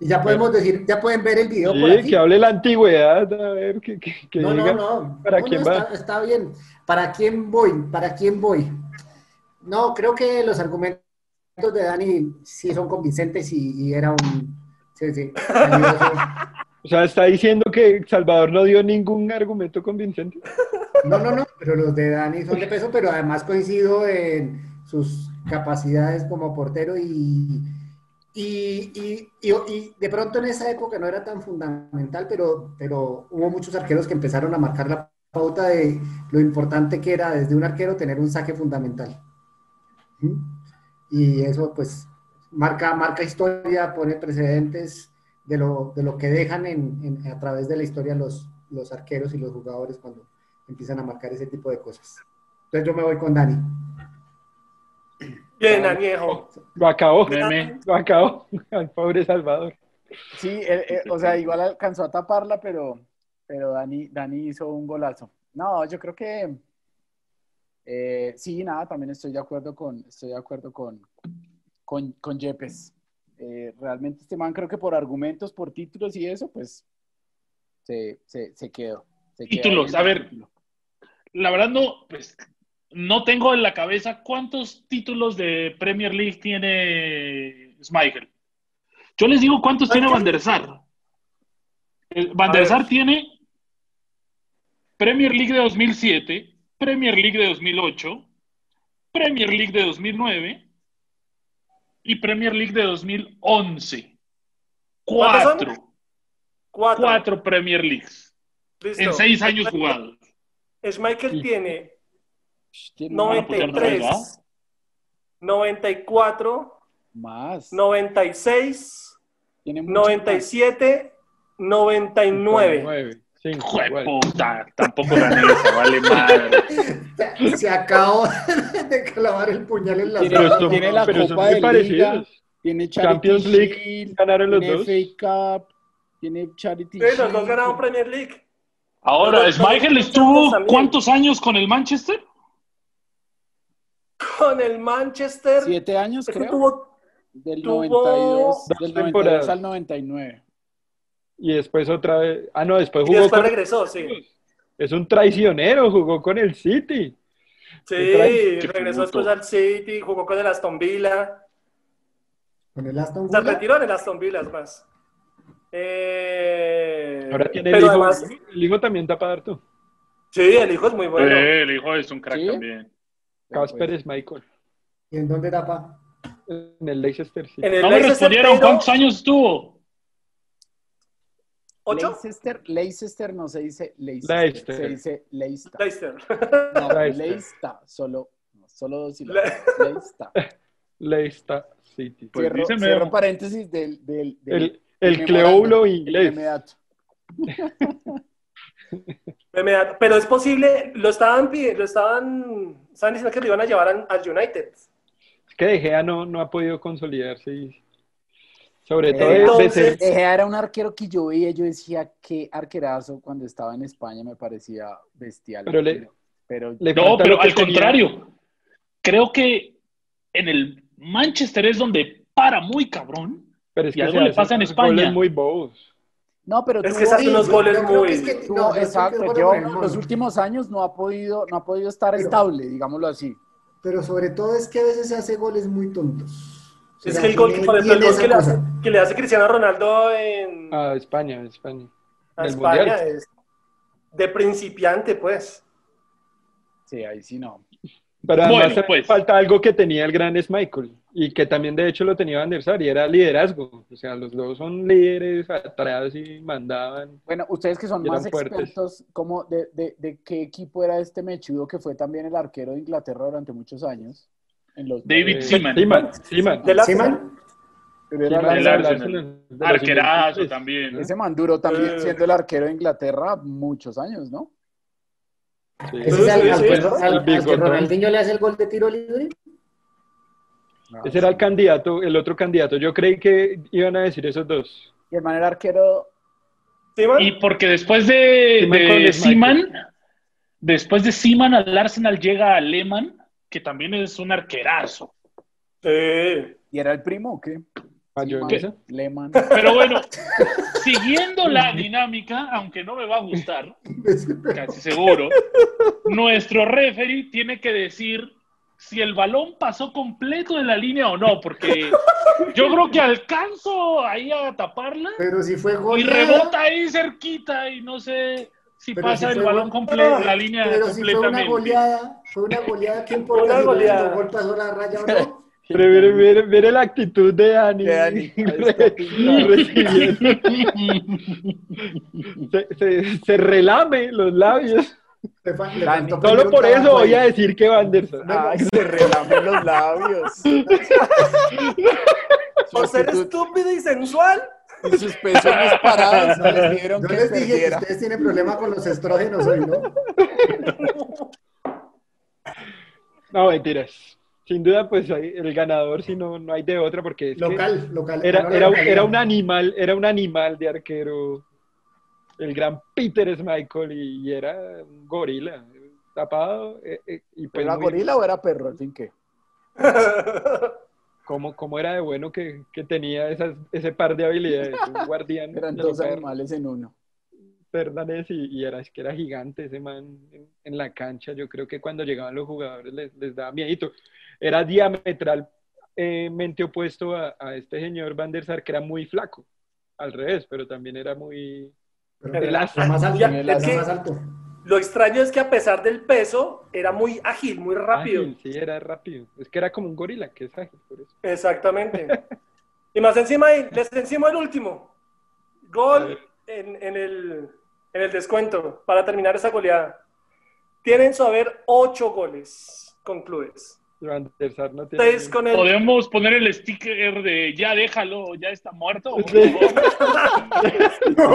Speaker 4: Y ya podemos decir, ya pueden ver el video por
Speaker 5: Sí,
Speaker 4: aquí.
Speaker 5: que hable la antigüedad. A ver, que, que- que
Speaker 4: No, no,
Speaker 5: diga.
Speaker 4: no.
Speaker 5: ¿Para
Speaker 4: No, no,
Speaker 5: quién va?
Speaker 4: Está, está bien. ¿Para quién voy? ¿Para quién voy? No, creo que los argumentos de Dani sí son convincentes y, y era un. Sí, sí. valioso.
Speaker 5: O sea, está diciendo que Salvador no dio ningún argumento convincente.
Speaker 4: No, no, no, pero los de Dani son de peso, pero además coincido en sus capacidades como portero y, y, y- y- y de pronto en esa época no era tan fundamental, pero, pero hubo muchos arqueros que empezaron a marcar la pauta de lo importante que era desde un arquero tener un saque fundamental. ¿Mm? Y eso pues marca, marca historia, pone precedentes de lo, de lo que dejan en, en- a través de la historia los, los arqueros y los jugadores cuando empiezan a marcar ese tipo de cosas. Entonces yo me voy con Dani.
Speaker 3: Bien, añejo.
Speaker 5: Lo acabó,
Speaker 1: Meme.
Speaker 5: lo acabó al pobre Salvador.
Speaker 2: Sí, él- él- o sea, igual alcanzó a taparla, pero, pero Dani, Dani hizo un golazo. No, yo creo que eh, sí, nada, también estoy de acuerdo con, estoy de acuerdo con, con, con Yepes. Eh, realmente este man creo que por argumentos, por títulos y eso, pues se, se, se quedó. se queda
Speaker 1: Títulos,
Speaker 2: en el
Speaker 1: a ver.
Speaker 2: título.
Speaker 1: La verdad no, pues no tengo en la cabeza cuántos títulos de Premier League tiene Schmeichel. Yo les digo cuántos tiene Van der Sar. Eh, Van
Speaker 3: A
Speaker 1: der
Speaker 3: ver.
Speaker 1: Sar tiene Premier League de 2007, Premier League de 2008, Premier League de 2009 y Premier League de 2011.
Speaker 3: ¿Cuántas son?
Speaker 1: Cuatro,
Speaker 3: Cuatro.
Speaker 1: cuatro Premier Leagues
Speaker 3: Listo.
Speaker 1: en seis años
Speaker 3: Schmeichel-
Speaker 1: jugados.
Speaker 3: Schmeichel tiene
Speaker 2: Sh, tiene una
Speaker 3: 93, 94,
Speaker 2: Más.
Speaker 3: 96,
Speaker 2: tiene mucho más.
Speaker 3: 97, 99.
Speaker 5: Nueve. Cinco,
Speaker 1: Hijo de
Speaker 5: igual.
Speaker 1: puta, tampoco la esa, vale madre.
Speaker 4: Se- Se acabó de clavar el puñal en la
Speaker 2: Tiene-
Speaker 5: Pero son,
Speaker 2: tiene la
Speaker 5: pero son
Speaker 2: Copa
Speaker 5: muy
Speaker 2: de
Speaker 5: parecidos.
Speaker 2: Liga. Tiene Charity
Speaker 5: Champions League
Speaker 2: Shield,
Speaker 5: ganaron los dos.
Speaker 2: tiene FA Cup, tiene Charity
Speaker 3: Sí, los dos
Speaker 2: Shield.
Speaker 3: ganaron Premier League.
Speaker 1: Ahora,
Speaker 3: Pero-
Speaker 1: Schmeichel
Speaker 3: pero-
Speaker 1: estuvo
Speaker 3: también.
Speaker 1: cuántos años con el Manchester?
Speaker 3: Con el Manchester.
Speaker 2: Siete años,
Speaker 3: Ese
Speaker 2: creo.
Speaker 3: tuvo-
Speaker 2: Del
Speaker 3: tuvo
Speaker 2: 92,
Speaker 5: dos
Speaker 2: del 92
Speaker 5: temporadas.
Speaker 2: al 99.
Speaker 5: Y después otra vez. Ah, no, después
Speaker 3: y
Speaker 5: jugó
Speaker 3: después
Speaker 5: con.
Speaker 3: regresó, sí.
Speaker 5: Es un traicionero, jugó con el City.
Speaker 3: Sí,
Speaker 5: Qué
Speaker 3: regresó
Speaker 1: puto.
Speaker 3: después al City, jugó con el Aston Villa.
Speaker 4: Con el Aston
Speaker 3: Se
Speaker 4: Villa.
Speaker 3: retiró en el Aston Villa, es más. Eh,
Speaker 5: Ahora tiene el
Speaker 3: pero
Speaker 5: hijo.
Speaker 3: además, Ah,
Speaker 5: El hijo también tapa harto.
Speaker 3: sí, el hijo es muy bueno.
Speaker 1: Eh, el hijo es un crack
Speaker 2: ¿Sí?
Speaker 1: también.
Speaker 5: Casper
Speaker 2: pues,
Speaker 5: es Michael.
Speaker 4: ¿Y en dónde tapa?
Speaker 5: En el Leicester City.
Speaker 3: En el
Speaker 1: No me
Speaker 3: Leicester,
Speaker 1: respondieron
Speaker 3: pero-
Speaker 1: cuántos años estuvo.
Speaker 3: ¿Ocho?
Speaker 2: Leicester, Leicester no se dice Leicester,
Speaker 5: Leicester.
Speaker 2: se dice Leicester.
Speaker 3: Leicester.
Speaker 2: No,
Speaker 5: Leicester.
Speaker 2: Leicester, solo, solo dos y
Speaker 3: Le-
Speaker 2: Leicester.
Speaker 5: Leicester City.
Speaker 1: Pues
Speaker 2: cierro,
Speaker 1: díseme.
Speaker 2: cierro paréntesis del, del, del
Speaker 5: el el
Speaker 2: memorando,
Speaker 5: Cleoulo
Speaker 2: el
Speaker 5: inglés.
Speaker 2: memedato.
Speaker 3: Me- me da- Pero es posible, lo estaban, pi- lo estaban, estaban diciendo que lo iban a llevar al, al United.
Speaker 5: Es que De Gea no, no ha podido consolidarse. y- sobre todo
Speaker 3: Entonces-
Speaker 5: de ser-
Speaker 2: Eh, era un arquero que yo veía, yo decía qué arquerazo cuando estaba en España me parecía bestial.
Speaker 5: Pero le-
Speaker 2: pero
Speaker 5: le
Speaker 1: No,
Speaker 5: falta
Speaker 1: pero
Speaker 5: lo que
Speaker 1: al
Speaker 5: tenía.
Speaker 1: contrario. Creo que en el Manchester es donde para muy cabrón.
Speaker 5: Pero es
Speaker 1: Y algo le
Speaker 5: hacen
Speaker 1: pasa en
Speaker 5: unos
Speaker 1: España.
Speaker 5: goles muy bobos.
Speaker 2: No, pero
Speaker 3: Es
Speaker 2: tuvo-
Speaker 3: que esas- Hace unos goles
Speaker 4: yo creo
Speaker 3: muy-
Speaker 4: que es que-
Speaker 2: tuvo-
Speaker 4: no, yo creo que es
Speaker 2: exacto,
Speaker 4: goles
Speaker 2: yo
Speaker 4: muy
Speaker 2: en
Speaker 4: monos.
Speaker 2: los últimos años no ha podido, no ha podido estar
Speaker 4: Pero-
Speaker 2: estable, digámoslo así.
Speaker 4: Pero sobre todo es que a veces se hace goles muy tontos. O
Speaker 3: Es
Speaker 4: sea,
Speaker 3: que el gol,
Speaker 4: tiene-
Speaker 3: por ejemplo, el
Speaker 4: tiene
Speaker 3: gol que, le
Speaker 4: esa
Speaker 3: hace,
Speaker 4: cosa.
Speaker 3: que le hace Cristiano Ronaldo en
Speaker 5: A Ah, España, a España.
Speaker 3: a
Speaker 5: del
Speaker 3: España
Speaker 5: Mundial.
Speaker 3: es de principiante, pues.
Speaker 2: Sí, ahí sí no.
Speaker 5: Pero además
Speaker 1: Bueno,
Speaker 5: también
Speaker 1: pues.
Speaker 5: falta algo que tenía el gran Michael y que también de hecho lo tenía Van der Sar y era liderazgo. O sea, los dos son líderes atrás y mandaban.
Speaker 2: Bueno, ustedes que son
Speaker 5: Eran
Speaker 2: más
Speaker 5: fuertes.
Speaker 2: expertos, ¿cómo, de, de- de qué equipo era este mechudo que fue también el arquero de Inglaterra durante muchos años? En los-
Speaker 1: David
Speaker 5: Eh,
Speaker 1: Seaman.
Speaker 5: Seaman, Seaman.
Speaker 3: Del Arsenal.
Speaker 4: Seaman,
Speaker 2: Pero era
Speaker 5: Seaman
Speaker 2: la-
Speaker 1: del
Speaker 5: del
Speaker 1: Arsenal.
Speaker 5: Arsenal, Pues, de los
Speaker 1: Arquerazo
Speaker 5: ingleses.
Speaker 1: también.
Speaker 2: ese man duró también
Speaker 3: Eh.
Speaker 2: siendo el arquero de Inglaterra muchos años, ¿no?
Speaker 5: Sí.
Speaker 4: ese es al-
Speaker 3: Sí, sí, sí.
Speaker 4: al- al- al que
Speaker 5: Bigotón.
Speaker 4: Ronaldinho le hace el gol de tiro libre.
Speaker 5: Ese era el candidato, el otro candidato. Yo creí que iban a decir esos dos.
Speaker 2: Y el man era arquero
Speaker 3: ¿Sí, man?
Speaker 1: Y porque después de,
Speaker 5: Seaman con
Speaker 1: de
Speaker 5: el
Speaker 1: Seaman, después de Seaman al Arsenal llega Lehmann, que también es un arquerazo.
Speaker 3: Sí.
Speaker 2: y era el primo, ¿o ¿qué?
Speaker 5: Mayonesa.
Speaker 2: Lehmann.
Speaker 1: Pero bueno, siguiendo la dinámica, aunque no me va a gustar, casi seguro, nuestro referee tiene que decir si el balón pasó completo de la línea o no, porque yo creo que alcanzo ahí a taparla
Speaker 4: Pero si fue gol.
Speaker 1: y rebota ahí cerquita y no sé si
Speaker 4: Pero
Speaker 1: pasa
Speaker 4: si
Speaker 1: el
Speaker 4: fue
Speaker 1: balón
Speaker 4: gol-
Speaker 1: completo de la línea
Speaker 4: Pero si fue una
Speaker 1: completamente.
Speaker 4: goleada, fue una goleada. ¿Quién por
Speaker 3: Una
Speaker 4: si
Speaker 3: goleada.
Speaker 4: el gol pasó la raya o no?
Speaker 5: Pero mire, mire- mire la actitud de Dani.
Speaker 2: De Dani.
Speaker 5: Recibiendo. se, se- se relame los labios.
Speaker 4: Le fa- le
Speaker 2: Dani,
Speaker 4: faltó
Speaker 5: Solo
Speaker 4: primero
Speaker 5: por
Speaker 4: un
Speaker 5: eso
Speaker 4: tabaco
Speaker 5: voy a
Speaker 4: ahí.
Speaker 5: decir que Van der Sar.
Speaker 2: pues, Ay, se relame los labios.
Speaker 3: Por ser estúpido y sensual,
Speaker 7: Y sus pezones parados no les dieron
Speaker 4: Yo
Speaker 7: que
Speaker 4: les dije que
Speaker 7: perdiera.
Speaker 4: ustedes tienen problema con los estrógenos hoy, ¿no?
Speaker 5: No, mentiras. Sin duda, pues ahí el ganador, si no, no hay de otra, porque es que
Speaker 4: Local, local.
Speaker 5: era,
Speaker 4: ganó la
Speaker 5: era,
Speaker 4: localidad.
Speaker 5: era un animal, era un animal de arquero. El gran Peter Michael y, y era un gorila. Tapado eh, eh, y pues
Speaker 2: ¿Era
Speaker 5: muy-
Speaker 2: gorila o era perro? Al fin, ¿qué?
Speaker 5: cómo, cómo era de bueno que, que tenía esas, ese par de habilidades. Un guardián
Speaker 2: Eran
Speaker 5: de los
Speaker 2: dos animales en uno.
Speaker 5: Fernández y, y era, es que era gigante ese man en, en la cancha. Yo creo que cuando llegaban los jugadores les, les daba miedito. Era diametralmente opuesto a, a este señor Van der Sar, que era muy flaco. Al revés, pero también era muy...
Speaker 4: Pero
Speaker 3: Pero
Speaker 4: era
Speaker 5: las-
Speaker 4: más alto,
Speaker 3: Ya,
Speaker 4: era
Speaker 3: es que-
Speaker 4: más alto.
Speaker 3: Lo extraño es que a pesar del peso, era muy ágil, muy rápido.
Speaker 5: ágil, sí, era rápido. Es que era como un gorila, que es ágil, por eso.
Speaker 3: Exactamente. Y más encima, ahí, les encima el último. Gol en, en el, en el descuento para terminar esa goleada. Tienen en su haber ocho goles con clubes.
Speaker 5: Van der Sar no tiene...
Speaker 3: Seis con el...
Speaker 1: Podemos poner el sticker de ya déjalo, ya está muerto. por
Speaker 5: Sí.
Speaker 1: favor"?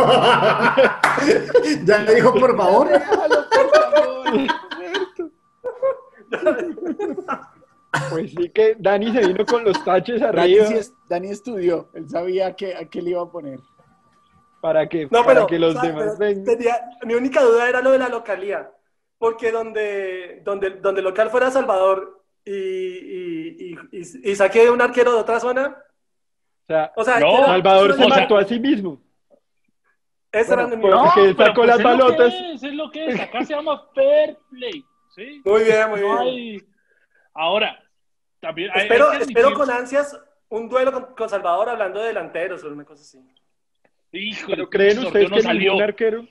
Speaker 4: ya le dijo, por favor.
Speaker 5: Pues sí que Dani se vino con los taches
Speaker 2: Dani,
Speaker 5: arriba
Speaker 2: sí es- Dani estudió, él sabía que, a qué le iba a poner.
Speaker 5: para, que,
Speaker 3: No, pero,
Speaker 5: para que los
Speaker 3: o sea,
Speaker 5: demás
Speaker 3: pero
Speaker 5: vengan.
Speaker 3: tenía- mi única duda era lo de la localía, porque donde, donde, donde el local fuera Salvador y, y, y- y- y saqué de un arquero de otra zona,
Speaker 5: O sea,
Speaker 3: o sea,
Speaker 1: No,
Speaker 3: que era-
Speaker 5: Salvador
Speaker 3: eso
Speaker 5: se
Speaker 1: o
Speaker 3: era-
Speaker 1: sea-
Speaker 5: mató a sí mismo.
Speaker 3: esa era mi-
Speaker 5: bueno. Porque
Speaker 1: pero pues,
Speaker 5: sacó las
Speaker 1: es lo que
Speaker 5: balotas.
Speaker 1: Es, es lo que es. Acá se llama fair play. ¿sí?
Speaker 3: Muy bien, muy
Speaker 1: No
Speaker 3: bien.
Speaker 1: hay- Ahora, también. hay-
Speaker 3: Espero,
Speaker 1: hay que
Speaker 3: espero
Speaker 1: admitir-
Speaker 3: con ansias un duelo con, con Salvador hablando de delanteros o una cosa así.
Speaker 1: Híjole,
Speaker 5: Pero creen
Speaker 1: sorteo
Speaker 5: ustedes
Speaker 1: no
Speaker 5: que
Speaker 1: salió.
Speaker 5: ningún arquero,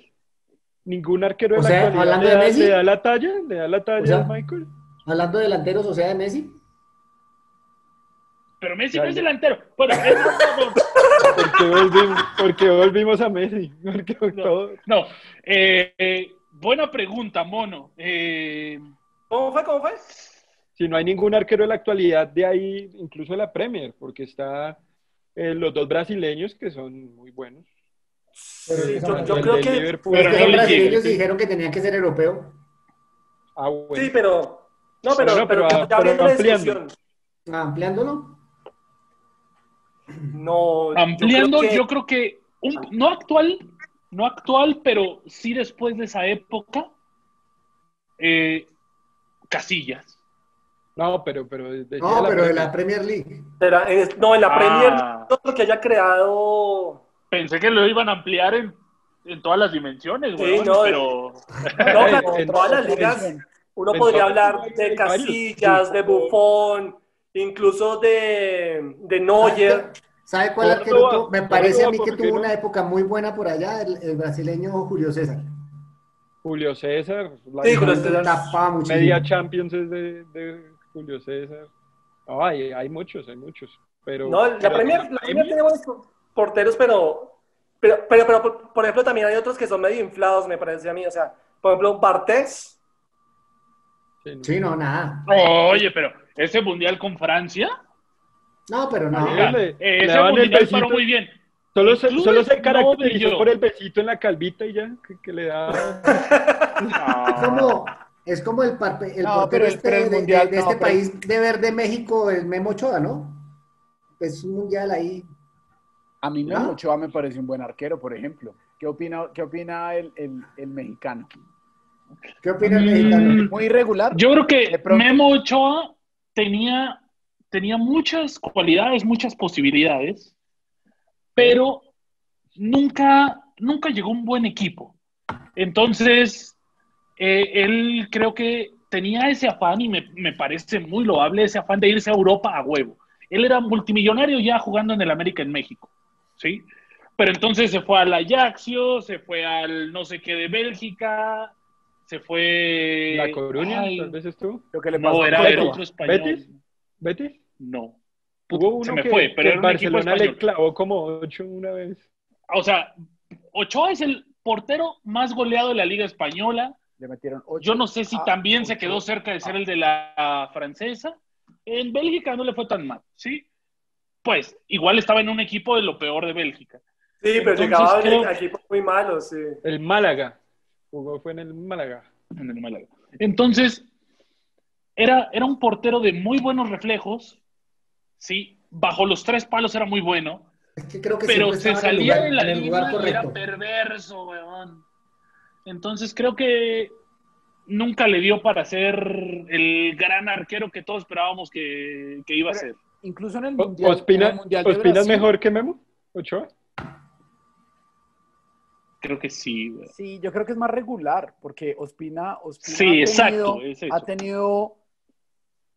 Speaker 5: ningún arquero de
Speaker 4: O
Speaker 5: la
Speaker 4: sea,
Speaker 5: actualidad
Speaker 4: hablando
Speaker 5: le,
Speaker 4: de
Speaker 5: da,
Speaker 4: Messi.
Speaker 5: le da la talla, le da la talla
Speaker 4: O sea,
Speaker 5: a Michael.
Speaker 4: Hablando de delanteros, o sea, de Messi.
Speaker 1: Pero Messi
Speaker 5: Ya,
Speaker 1: no es
Speaker 5: ya.
Speaker 1: delantero. Bueno, es otro-
Speaker 5: ¿Por qué volvimos, por qué volvimos a Messi? Porque todo-
Speaker 1: no. eh, eh, buena pregunta, mono. Eh,
Speaker 3: ¿Cómo fue? ¿Cómo fue?
Speaker 5: si no hay ningún arquero de la actualidad de ahí, incluso de la Premier, porque está eh, los dos brasileños que son muy buenos.
Speaker 3: Sí, yo, yo
Speaker 5: El
Speaker 3: creo
Speaker 5: de
Speaker 3: que...
Speaker 5: Liverpool.
Speaker 1: Pero
Speaker 4: Es que
Speaker 1: no
Speaker 4: los
Speaker 1: le
Speaker 4: brasileños
Speaker 5: llega, sí.
Speaker 4: dijeron que tenían que ser europeo.
Speaker 5: Ah, bueno.
Speaker 3: Sí, pero... No, pero,
Speaker 5: Bueno,
Speaker 3: pero,
Speaker 5: pero-
Speaker 3: ya
Speaker 5: pero
Speaker 3: abriendo la
Speaker 5: ampliando.
Speaker 3: discusión.
Speaker 4: Ah, Ampliándolo.
Speaker 3: No, Pues, yo
Speaker 1: ampliando,
Speaker 3: creo que-
Speaker 1: yo creo que, un- no actual, no actual, pero sí después de esa época, eh, Casillas.
Speaker 5: No, pero, pero decía
Speaker 4: No,
Speaker 5: la
Speaker 4: pero de
Speaker 5: Premier. Eh,
Speaker 4: la Premier League.
Speaker 3: Era- es- no, en la
Speaker 1: Ah.
Speaker 3: Premier, todo lo que haya creado.
Speaker 1: Pensé que lo iban a ampliar en, en todas las dimensiones,
Speaker 3: Sí,
Speaker 1: güey.
Speaker 3: no,
Speaker 1: pero
Speaker 3: No,
Speaker 5: En-
Speaker 3: pero
Speaker 5: en-
Speaker 3: todas las ligas,
Speaker 2: Atención.
Speaker 3: uno
Speaker 5: en
Speaker 3: podría
Speaker 5: todo-
Speaker 3: hablar de
Speaker 5: hay varios.
Speaker 3: Casillas, de Buffon, incluso de, de Neuer.
Speaker 4: ¿Sabe cuál
Speaker 5: Córdoba,
Speaker 4: arquero tuvo? Me parece a mí
Speaker 5: Córdoba,
Speaker 4: que
Speaker 5: ¿por qué
Speaker 4: tuvo
Speaker 5: no?
Speaker 4: una época muy buena por allá, el, el brasileño Julio César.
Speaker 5: Julio César, la
Speaker 3: Sí, Julio César.
Speaker 4: Tapaba muchísimo.
Speaker 5: media Champions es de, de Julio César. No, hay, hay muchos, hay muchos. Pero,
Speaker 3: No, la
Speaker 5: pero-
Speaker 3: Premier, la Premier tiene buenos por- porteros, pero. Pero, pero, pero, por, por ejemplo, también hay otros que son medio inflados, me parece a mí. O sea, por ejemplo, Bartés.
Speaker 5: Sí, no.
Speaker 4: Sí, no, nada.
Speaker 1: Oye, pero ese mundial con Francia,
Speaker 4: No, pero no.
Speaker 5: Ahí Ah, le-
Speaker 1: eh,
Speaker 5: le
Speaker 1: ese
Speaker 5: daban el
Speaker 1: mundial
Speaker 5: besito.
Speaker 1: paró muy bien.
Speaker 5: Solo se,
Speaker 1: Clubes
Speaker 5: solo se
Speaker 1: no
Speaker 5: caracterizó
Speaker 1: brilló.
Speaker 5: por el besito en la calvita y ya, que, que le da.
Speaker 4: Es como, es como el, parpe- el
Speaker 2: No,
Speaker 4: portero
Speaker 2: pero el-
Speaker 4: este
Speaker 2: pero el
Speaker 4: de- de,
Speaker 2: mundial,
Speaker 4: de
Speaker 2: no,
Speaker 4: este
Speaker 2: pero-
Speaker 4: país de verde México, el Memo Ochoa, ¿no? Es un mundial ahí.
Speaker 2: A mí Memo
Speaker 4: ¿No?
Speaker 2: Ochoa me parece un buen arquero, por ejemplo. ¿Qué opina, qué opina el, el- el mexicano?
Speaker 4: ¿Qué opina el
Speaker 1: Mm.
Speaker 4: mexicano?
Speaker 2: Muy irregular.
Speaker 1: Yo creo
Speaker 2: De
Speaker 1: que
Speaker 2: pronto.
Speaker 1: Memo Ochoa tenía, tenía muchas cualidades, muchas posibilidades, pero nunca, nunca llegó un buen equipo. Entonces, eh, él creo que tenía ese afán y me, me parece muy loable ese afán de irse a Europa a huevo. Él era multimillonario ya jugando en el América en México, ¿sí? Pero entonces se fue al Ajaxio, se fue al no sé qué de Bélgica, se fue...
Speaker 5: La Coruña,
Speaker 1: Ay,
Speaker 5: tal vez estuvo.
Speaker 2: Lo que le pasó
Speaker 1: no,
Speaker 2: a
Speaker 1: era
Speaker 5: Córdoba.
Speaker 1: el
Speaker 2: Córdoba.
Speaker 1: otro español.
Speaker 5: ¿Betis? ¿Betis?
Speaker 1: No.
Speaker 5: Hubo uno
Speaker 1: se me
Speaker 5: que,
Speaker 1: fue, pero
Speaker 5: que
Speaker 1: era un equipo
Speaker 5: Barcelona le
Speaker 1: español.
Speaker 5: clavó como ocho una vez.
Speaker 1: O sea, Ochoa es el portero más goleado de la Liga Española.
Speaker 2: Le metieron ocho.
Speaker 1: Yo no sé si
Speaker 2: Ah,
Speaker 1: también se
Speaker 2: ocho.
Speaker 1: quedó cerca de ser
Speaker 4: Ah.
Speaker 1: el de la francesa. En Bélgica no le fue tan mal, ¿sí? Pues igual estaba en un equipo de lo peor de Bélgica.
Speaker 3: Sí, pero
Speaker 1: Entonces,
Speaker 3: llegaba
Speaker 1: creo-
Speaker 3: al equipo muy malo, sí.
Speaker 5: El Málaga. Jugó fue en el Málaga.
Speaker 1: en el Málaga. Entonces, era, era un portero de muy buenos reflejos, sí, bajo los tres palos era muy bueno,
Speaker 4: Es que creo que
Speaker 1: pero
Speaker 4: siempre
Speaker 1: se
Speaker 4: estaba en el
Speaker 1: salía
Speaker 4: lugar-
Speaker 1: de la
Speaker 4: en el lugar
Speaker 1: línea y era
Speaker 4: correcto.
Speaker 1: perverso, weón. Entonces creo que nunca le dio para ser el gran arquero que todos esperábamos que, que iba a ser.
Speaker 2: Incluso en el
Speaker 5: O-
Speaker 2: Mundial, en
Speaker 5: ¿Ospina,
Speaker 2: el mundial de
Speaker 5: Ospina es
Speaker 2: Brasil.
Speaker 5: mejor que Memo? ¿Ochoa?
Speaker 1: Creo que sí, weón.
Speaker 2: Sí, yo creo que es más regular, porque Ospina, Ospina
Speaker 1: Sí,
Speaker 2: ha, tenido,
Speaker 1: exacto, es eso.
Speaker 2: ha tenido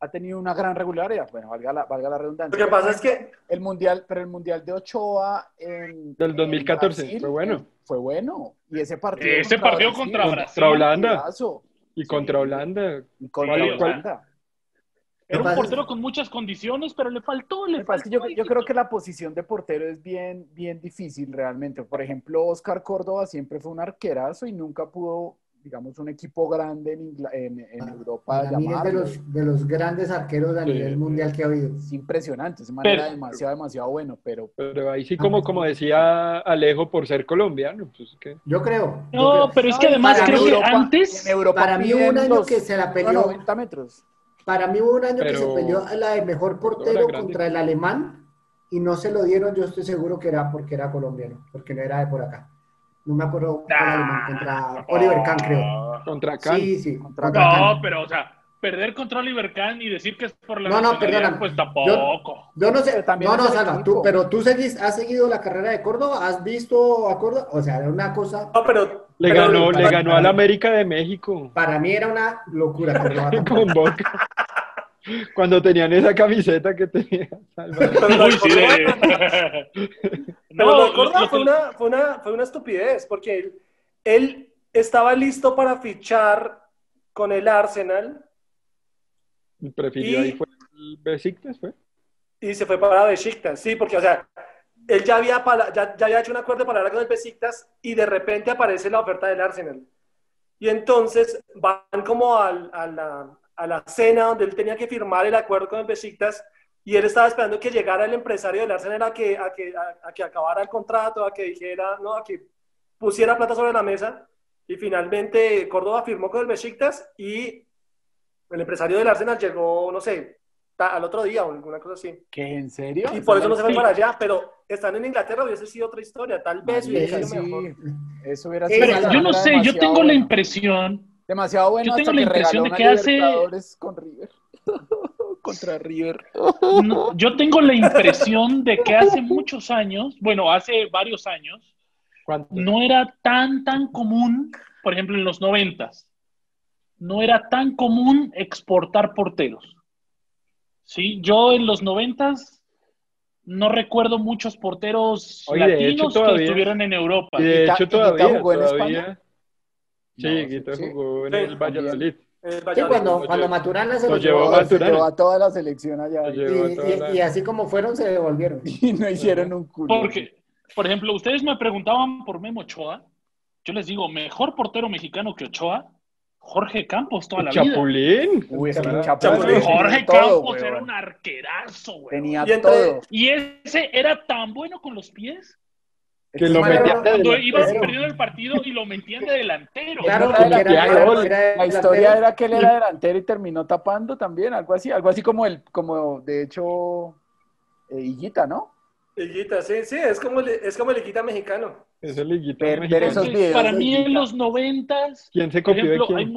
Speaker 2: ha tenido una gran regularidad, bueno, valga la, valga la redundancia.
Speaker 3: Lo que pasa es que
Speaker 2: el mundial, pero el mundial de Ochoa en
Speaker 5: Del
Speaker 2: en
Speaker 5: 2014,
Speaker 2: Brasil,
Speaker 5: fue bueno.
Speaker 2: Fue bueno. Y ese partido
Speaker 1: Ese partido contra
Speaker 2: Brasil,
Speaker 1: Brasil.
Speaker 5: Holanda.
Speaker 2: partidazo.
Speaker 5: Y
Speaker 2: Sí.
Speaker 5: contra Holanda.
Speaker 2: Y contra
Speaker 1: Sí,
Speaker 2: Holanda.
Speaker 1: Era un
Speaker 4: Capaz-
Speaker 1: portero con muchas condiciones, pero le faltó,
Speaker 2: Lo
Speaker 1: le
Speaker 2: que pasa es
Speaker 1: faltó.
Speaker 2: que yo, yo creo que la posición de portero es bien, bien difícil realmente. Por ejemplo, Oscar Córdoba siempre fue un arquerazo y nunca pudo, digamos, un equipo grande en, Ingla- en- en
Speaker 4: Ah,
Speaker 2: Europa
Speaker 4: Para mí es de
Speaker 2: llamarlo.
Speaker 4: los, de los grandes arqueros a
Speaker 5: Sí.
Speaker 4: nivel mundial que ha habido.
Speaker 2: Es impresionante, ese man
Speaker 1: Pero-
Speaker 2: era demasiado, demasiado bueno, pero
Speaker 5: Pero ahí sí, como, como decía Alejo, por ser colombiano. Pues, que
Speaker 4: Yo creo. yo
Speaker 1: No,
Speaker 4: creo.
Speaker 1: pero es que
Speaker 2: Ay,
Speaker 1: además
Speaker 4: para
Speaker 1: creo
Speaker 4: mí
Speaker 1: que
Speaker 2: Europa-
Speaker 1: antes...
Speaker 2: en Europa
Speaker 4: Para mí
Speaker 2: miden
Speaker 4: un año
Speaker 2: los
Speaker 4: que se la peleó.
Speaker 2: 90 metros.
Speaker 4: Para mí hubo un año que
Speaker 5: Pero-
Speaker 4: se peleó a la de mejor
Speaker 5: Hola,
Speaker 4: portero
Speaker 5: grande.
Speaker 4: contra el alemán y no se lo dieron, yo estoy seguro que era porque era colombiano, porque no era de por acá. No me acuerdo cuál
Speaker 1: Ah.
Speaker 4: alemán, contra Oliver Kahn, creo.
Speaker 5: contra Can.
Speaker 4: Sí, sí, contra,
Speaker 1: No,
Speaker 4: Kahn.
Speaker 1: pero, o sea, perder contra Oliver Kahn y decir que es por la
Speaker 4: No, no,
Speaker 1: nacionalidad,
Speaker 4: perdona.
Speaker 1: pues tampoco.
Speaker 4: Yo no sé,
Speaker 2: Pero también
Speaker 4: no, no,
Speaker 2: es el
Speaker 4: Salva,
Speaker 2: equipo.
Speaker 4: tú, pero tú seguís, has seguido la carrera de Córdoba, has visto a Córdoba, o sea, era una cosa,
Speaker 3: No, pero.
Speaker 5: Le
Speaker 3: pero-
Speaker 5: ganó,
Speaker 4: para-
Speaker 5: le ganó al América de México.
Speaker 4: para mí era una locura. Córdoba.
Speaker 5: Con Boca. Cuando tenían esa camiseta que tenía. Salvador.
Speaker 3: pero lo
Speaker 1: Uy,
Speaker 3: de
Speaker 1: sí,
Speaker 3: Córdoba-
Speaker 1: de-
Speaker 3: pero
Speaker 1: No,
Speaker 3: lo de Córdoba
Speaker 1: lo-
Speaker 3: fue, una, fue, una, fue una estupidez, porque él, él estaba listo para fichar con el Arsenal
Speaker 5: Prefirió
Speaker 3: Y-
Speaker 5: ahí fue el Besiktas, fue.
Speaker 3: y se fue para Besiktas. Sí, porque, o sea, él ya había, pala- ya, ya había hecho un acuerdo para hablar con el Besiktas y de repente aparece la oferta del Arsenal. Y entonces van como al- a, la, a la cena donde él tenía que firmar el acuerdo con el Besiktas y él estaba esperando que llegara el empresario del Arsenal a que, a que, a- a que acabara el contrato, a que dijera, no, a que pusiera plata sobre la mesa. Y finalmente Córdoba firmó con el Besiktas y el empresario del Arsenal llegó, no sé, ta- al otro día o alguna cosa así.
Speaker 2: ¿Qué? ¿En serio?
Speaker 3: Y por eso no se fue
Speaker 1: Sí.
Speaker 3: para allá, pero están en Inglaterra, hubiese sido otra historia, tal vez
Speaker 2: Sí,
Speaker 3: hubiese sido
Speaker 2: sí,
Speaker 3: mejor.
Speaker 2: Eso hubiera
Speaker 4: Pero
Speaker 2: sido
Speaker 4: Sí,
Speaker 1: Pero
Speaker 4: claro,
Speaker 1: yo no
Speaker 2: era
Speaker 1: sé, yo
Speaker 2: demasiado
Speaker 1: tengo la
Speaker 2: bueno.
Speaker 1: impresión.
Speaker 2: Demasiado bueno
Speaker 1: yo tengo
Speaker 2: hasta
Speaker 1: la
Speaker 2: que
Speaker 1: impresión
Speaker 2: regaló
Speaker 1: de
Speaker 2: una
Speaker 1: que hace-
Speaker 2: Libertadores con River. Contra River.
Speaker 1: no, yo tengo la impresión de que hace muchos años, bueno, hace varios años,
Speaker 5: ¿Cuánto?
Speaker 1: no era tan, tan común, por ejemplo, en los noventas, no era tan común exportar porteros. Sí, yo en los noventas no recuerdo muchos porteros
Speaker 5: Oye, de hecho,
Speaker 1: latinos que
Speaker 5: todavía-
Speaker 1: estuvieran en Europa.
Speaker 5: Y de
Speaker 2: Guita-
Speaker 5: hecho
Speaker 2: y Guita
Speaker 5: todavía,
Speaker 2: jugó en
Speaker 5: todavía.
Speaker 2: España.
Speaker 5: Sí,
Speaker 2: No,
Speaker 5: Guita
Speaker 2: sí.
Speaker 5: jugó en
Speaker 3: Sí,
Speaker 5: el Valladolid.
Speaker 3: El
Speaker 4: Sí,
Speaker 3: Eh, Valladolid.
Speaker 4: cuando, cuando Maturana se lo
Speaker 5: Nos llevó
Speaker 4: llevó,
Speaker 5: Maturana.
Speaker 2: Se llevó a toda la selección allá
Speaker 5: Lo
Speaker 4: y,
Speaker 5: llevó a toda
Speaker 4: y-
Speaker 5: la-
Speaker 4: y así como fueron, se devolvieron.
Speaker 2: y no hicieron un culo.
Speaker 1: Porque, por ejemplo, ustedes me preguntaban por Memo Ochoa. Yo les digo, mejor portero mexicano que Ochoa, Jorge Campos toda la vida.
Speaker 5: Chapulín.
Speaker 2: Uy, es que
Speaker 4: Claro.
Speaker 2: Chapo
Speaker 5: Chapo-
Speaker 2: tenía
Speaker 1: Jorge
Speaker 2: todo,
Speaker 1: Campos
Speaker 2: weón.
Speaker 1: era un arquerazo, güey.
Speaker 2: Tenía
Speaker 3: Y entre-
Speaker 2: todo.
Speaker 1: Y ese era tan bueno con los pies.
Speaker 5: Que lo
Speaker 4: Pero-
Speaker 5: metían de
Speaker 1: Cuando
Speaker 5: delantero.
Speaker 1: iba
Speaker 4: Pero-
Speaker 1: perdiendo el partido y lo metían de delantero.
Speaker 4: Claro,
Speaker 2: Era
Speaker 4: porque era-
Speaker 5: delantero.
Speaker 4: era
Speaker 2: La historia
Speaker 4: delantero.
Speaker 2: era que él era delantero y terminó tapando también, algo así, algo así como el, como de hecho eh, Higuita, ¿no?
Speaker 3: Higuita, sí, sí, es como, el, es como el Higuita mexicano.
Speaker 5: Es el liguito
Speaker 2: Ver- ver
Speaker 5: mexicano.
Speaker 2: esos
Speaker 1: Entonces,
Speaker 2: videos
Speaker 1: para
Speaker 2: de
Speaker 1: mí en
Speaker 2: Higuita.
Speaker 1: los noventas,
Speaker 5: ¿Quién se
Speaker 1: por
Speaker 5: copió de
Speaker 1: ejemplo, hay,
Speaker 5: quién?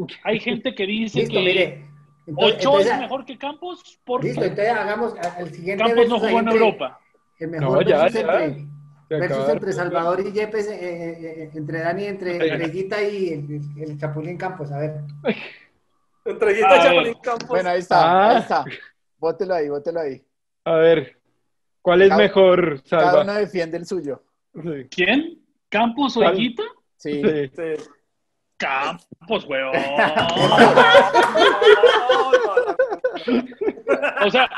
Speaker 1: mu- hay gente que dice
Speaker 4: Listo,
Speaker 1: que
Speaker 4: mire. Entonces-
Speaker 1: Ochoa
Speaker 4: entonces-
Speaker 1: es mejor que Campos porque
Speaker 4: Listo, entonces hagamos a- el siguiente.
Speaker 1: Campos no
Speaker 4: versus ahí
Speaker 1: jugó en
Speaker 4: entre-
Speaker 1: Europa.
Speaker 4: El
Speaker 5: No,
Speaker 4: mejor
Speaker 5: ya,
Speaker 4: versus,
Speaker 5: ya.
Speaker 4: Entre,
Speaker 5: Se
Speaker 4: versus
Speaker 5: acaba de
Speaker 4: entre Salvador y Yepes, eh, eh, eh, entre Dani, entre Reguita y el, el- el Chapulín Campos. A ver,
Speaker 3: Entre Higuita y
Speaker 1: A
Speaker 3: Chapulín
Speaker 1: ver.
Speaker 3: Campos.
Speaker 2: Ah, Bueno, ahí está,
Speaker 5: Ah.
Speaker 2: ahí está. Bótelo ahí, bótelo ahí.
Speaker 5: A ver, ¿cuál es
Speaker 2: Cada-
Speaker 5: mejor,
Speaker 2: Cada
Speaker 5: Salva?
Speaker 2: uno defiende el suyo.
Speaker 5: Sí,
Speaker 1: ¿Quién? ¿Campos o
Speaker 5: Claro.
Speaker 1: Higuita?
Speaker 2: Sí.
Speaker 5: sí.
Speaker 3: Sí.
Speaker 1: Campos, weón.
Speaker 3: No, no, no,
Speaker 1: O sea,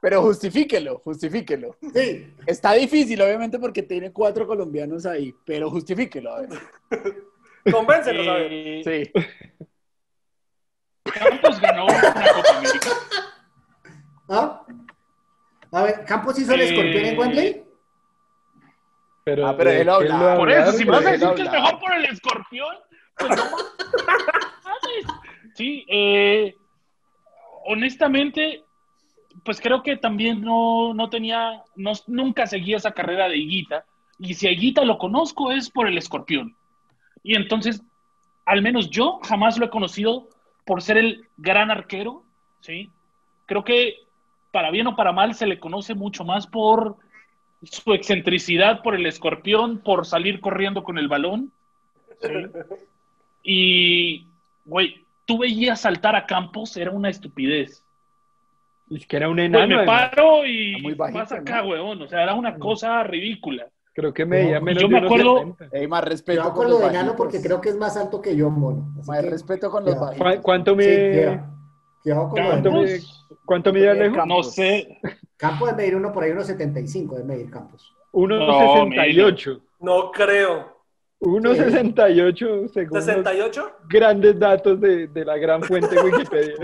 Speaker 2: Pero justifíquelo, justifíquelo.
Speaker 4: sí,
Speaker 2: Está difícil, obviamente, porque tiene cuatro colombianos ahí, pero justifíquelo, a ver.
Speaker 3: no. Convéncenos, a ver.
Speaker 1: eh,
Speaker 2: Sí.
Speaker 1: Campos ganó una Copa América.
Speaker 4: ¿no? A ver, ¿Campos hizo el
Speaker 1: Eh,
Speaker 4: escorpión en Wembley?
Speaker 5: Pero,
Speaker 7: Ah, pero
Speaker 5: de
Speaker 7: él habla.
Speaker 5: lo
Speaker 1: Por
Speaker 5: hablar,
Speaker 1: eso, si
Speaker 5: de
Speaker 1: vas a
Speaker 5: él
Speaker 1: decir que es
Speaker 5: hablar.
Speaker 1: mejor por el escorpión, pues no mames. Sí, eh, honestamente, pues creo que también no, no tenía, no, nunca seguí esa carrera de Higuita. Y si a Higuita lo conozco es por el escorpión. Y entonces, al menos yo jamás lo he conocido por ser el gran arquero, ¿sí? Creo que para bien o para mal se le conoce mucho más por su excentricidad por el escorpión, por salir corriendo con el balón. ¿sí? Y, güey, tú veías saltar a Campos, era una estupidez.
Speaker 5: Es que era un
Speaker 1: Güey,
Speaker 5: enano.
Speaker 1: me
Speaker 5: además.
Speaker 1: paro y
Speaker 2: muy bajito,
Speaker 1: vas acá,
Speaker 2: ¿no?
Speaker 1: weón. O sea, era una cosa ridícula.
Speaker 5: Creo que medía
Speaker 4: Yo
Speaker 5: menos
Speaker 1: me
Speaker 5: de unos
Speaker 1: acuerdo-
Speaker 5: 70.
Speaker 2: Ey, más
Speaker 4: Yo
Speaker 2: respeto
Speaker 4: hago
Speaker 2: con
Speaker 4: lo
Speaker 2: los
Speaker 4: de enano
Speaker 2: bajitos.
Speaker 4: porque creo que es más alto que yo, mono. Así
Speaker 2: Más
Speaker 4: que-
Speaker 2: respeto con los
Speaker 4: Ya.
Speaker 5: ¿Cu-
Speaker 2: bajitos.
Speaker 5: ¿Cuánto
Speaker 4: Sí,
Speaker 5: mide,
Speaker 4: cuidado. Cuidado con lo de
Speaker 5: ¿Cuánto
Speaker 4: enano.
Speaker 1: Campos,
Speaker 5: mide- cuánto mide
Speaker 2: mide
Speaker 5: Alejo?
Speaker 2: Campos?
Speaker 1: no sé.
Speaker 4: Campo de medir uno por ahí, unos 75 de medir Campos.
Speaker 5: 1,68.
Speaker 3: No creo.
Speaker 5: 1,68 según los
Speaker 3: ¿68?
Speaker 5: grandes datos de, de la gran fuente Wikipedia.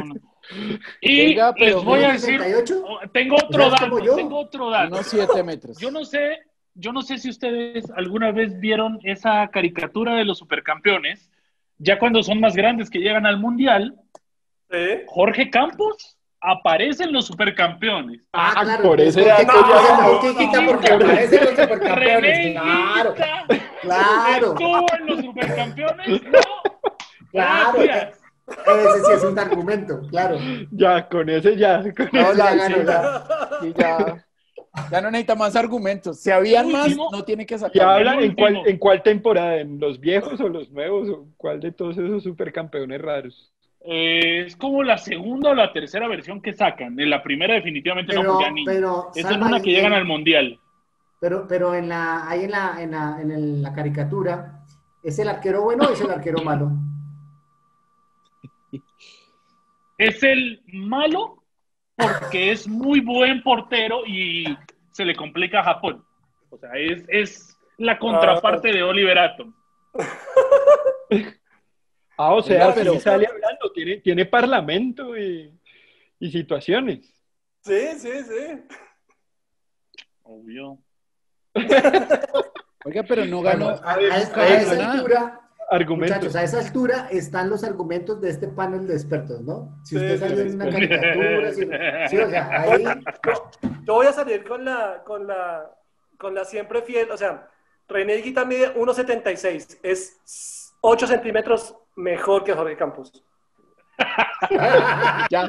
Speaker 1: Y
Speaker 2: Venga, pero
Speaker 1: les voy a
Speaker 2: mide
Speaker 1: decir,
Speaker 4: 68?
Speaker 1: oh, tengo otro
Speaker 4: ¿Ya es como
Speaker 1: dato,
Speaker 4: yo?
Speaker 1: tengo otro dato.
Speaker 2: Unos 7 metros.
Speaker 1: Yo no sé, yo no sé si ustedes alguna vez vieron esa caricatura de los supercampeones, ya cuando son más grandes que llegan al mundial,
Speaker 3: Sí.
Speaker 1: Jorge Campos aparece en los supercampeones.
Speaker 4: Ah, claro.
Speaker 5: por
Speaker 4: es
Speaker 5: eso
Speaker 4: porque
Speaker 5: era
Speaker 4: Campos
Speaker 5: que yo-
Speaker 4: es la
Speaker 3: no,
Speaker 4: botiquita
Speaker 1: no,
Speaker 4: porque
Speaker 1: no, no.
Speaker 4: aparecen los
Speaker 1: René
Speaker 4: supercampeones. Claro,
Speaker 1: Higuita
Speaker 4: claro,
Speaker 1: estuvo en los supercampeones. No,
Speaker 4: claro.
Speaker 1: gracias.
Speaker 4: Ese sí es un argumento, claro.
Speaker 5: Ya, con ese ya. con
Speaker 1: Ah,
Speaker 2: No,
Speaker 5: ese
Speaker 2: ya
Speaker 5: sí.
Speaker 2: ganó, ya. Sí, ya. Ya no necesita más argumentos. Si habían más,
Speaker 1: Último.
Speaker 2: no tiene que
Speaker 5: ¿Y
Speaker 2: sacar.
Speaker 5: hablan en cuál,
Speaker 1: último.
Speaker 5: en cuál temporada? ¿En los viejos o los nuevos? ¿O ¿Cuál de todos esos supercampeones raros?
Speaker 1: Eh, es como la segunda o la tercera versión que sacan. En la primera definitivamente no,
Speaker 4: Pero,
Speaker 1: porque
Speaker 4: pues,
Speaker 1: ya ni-
Speaker 4: pero,
Speaker 1: Esa es
Speaker 4: Salma,
Speaker 1: una que
Speaker 4: en-
Speaker 1: llegan al mundial.
Speaker 4: Pero, pero en la, ahí en la, en la, en el- la caricatura, ¿es el arquero bueno o es el arquero malo?
Speaker 1: Es el malo porque es muy buen portero y se le complica a Japón. O sea, es, es la contraparte de Oliver Atom.
Speaker 5: Ah, o sea,
Speaker 2: Oiga, pero-
Speaker 5: sí sale hablando, tiene, tiene parlamento y, y situaciones.
Speaker 3: Sí, sí, sí.
Speaker 1: Obvio.
Speaker 2: Oiga, pero no ganó.
Speaker 4: a, a- a
Speaker 2: ganó
Speaker 4: esa
Speaker 2: nada.
Speaker 4: altura,
Speaker 5: Argumentos.
Speaker 4: muchachos, a esa altura están los argumentos de este panel de expertos, ¿no?
Speaker 3: Sí,
Speaker 4: Si usted
Speaker 3: sí,
Speaker 4: salió en
Speaker 3: sí.
Speaker 4: una caricatura, si, sí, o sea, ahí,
Speaker 3: Yo voy a salir con la, con la, con la siempre fiel. O sea, René Higuita mide 1,76. Es 8 centímetros mejor que Jorge Campos.
Speaker 2: Ya,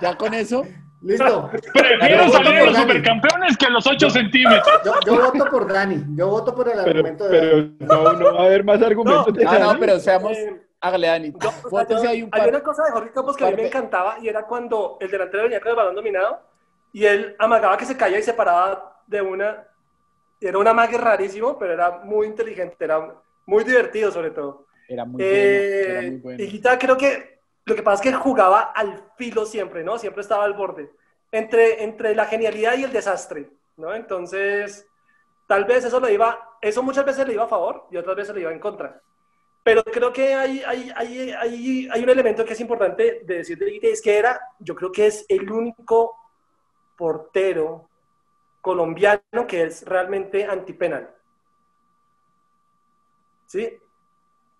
Speaker 2: ya con eso.
Speaker 4: listo.
Speaker 1: Prefiero salir
Speaker 4: Yo voto
Speaker 1: en
Speaker 4: por
Speaker 1: los
Speaker 4: Dani.
Speaker 1: supercampeones que en los 8 centímetros.
Speaker 4: Yo, yo voto por Dani, yo voto por el
Speaker 5: Pero,
Speaker 4: argumento de
Speaker 5: pero
Speaker 4: Dani.
Speaker 5: no, no va a haber más argumentos.
Speaker 3: No,
Speaker 5: de
Speaker 2: Ah, No, no,
Speaker 5: Dani.
Speaker 2: pero seamos.
Speaker 3: Eh,
Speaker 2: Hágale, Dani.
Speaker 3: yo- o sea,
Speaker 2: Vote
Speaker 3: yo-
Speaker 2: si hay un
Speaker 3: había una
Speaker 2: par.
Speaker 3: cosa de Jorge Campos que a mí
Speaker 2: par
Speaker 3: me
Speaker 2: de-
Speaker 3: encantaba y era cuando el delantero venía con el balón dominado y él amagaba que se caía y se paraba de una. Era un amague rarísimo, pero era muy inteligente, era muy divertido sobre todo.
Speaker 2: Era muy bueno. Era muy
Speaker 3: Eh,
Speaker 2: bueno.
Speaker 3: Higuita, creo que lo que pasa es que jugaba al filo siempre, ¿no? Siempre estaba al borde. Entre, entre la genialidad y el desastre, ¿no? Entonces, tal vez eso lo iba, eso muchas veces le iba a favor y otras veces le iba en contra. Pero creo que hay, hay, hay, hay, hay un elemento que es importante de decir de Higuita, y es que era, yo creo que es el único portero colombiano que es realmente antipenal. ¿Sí?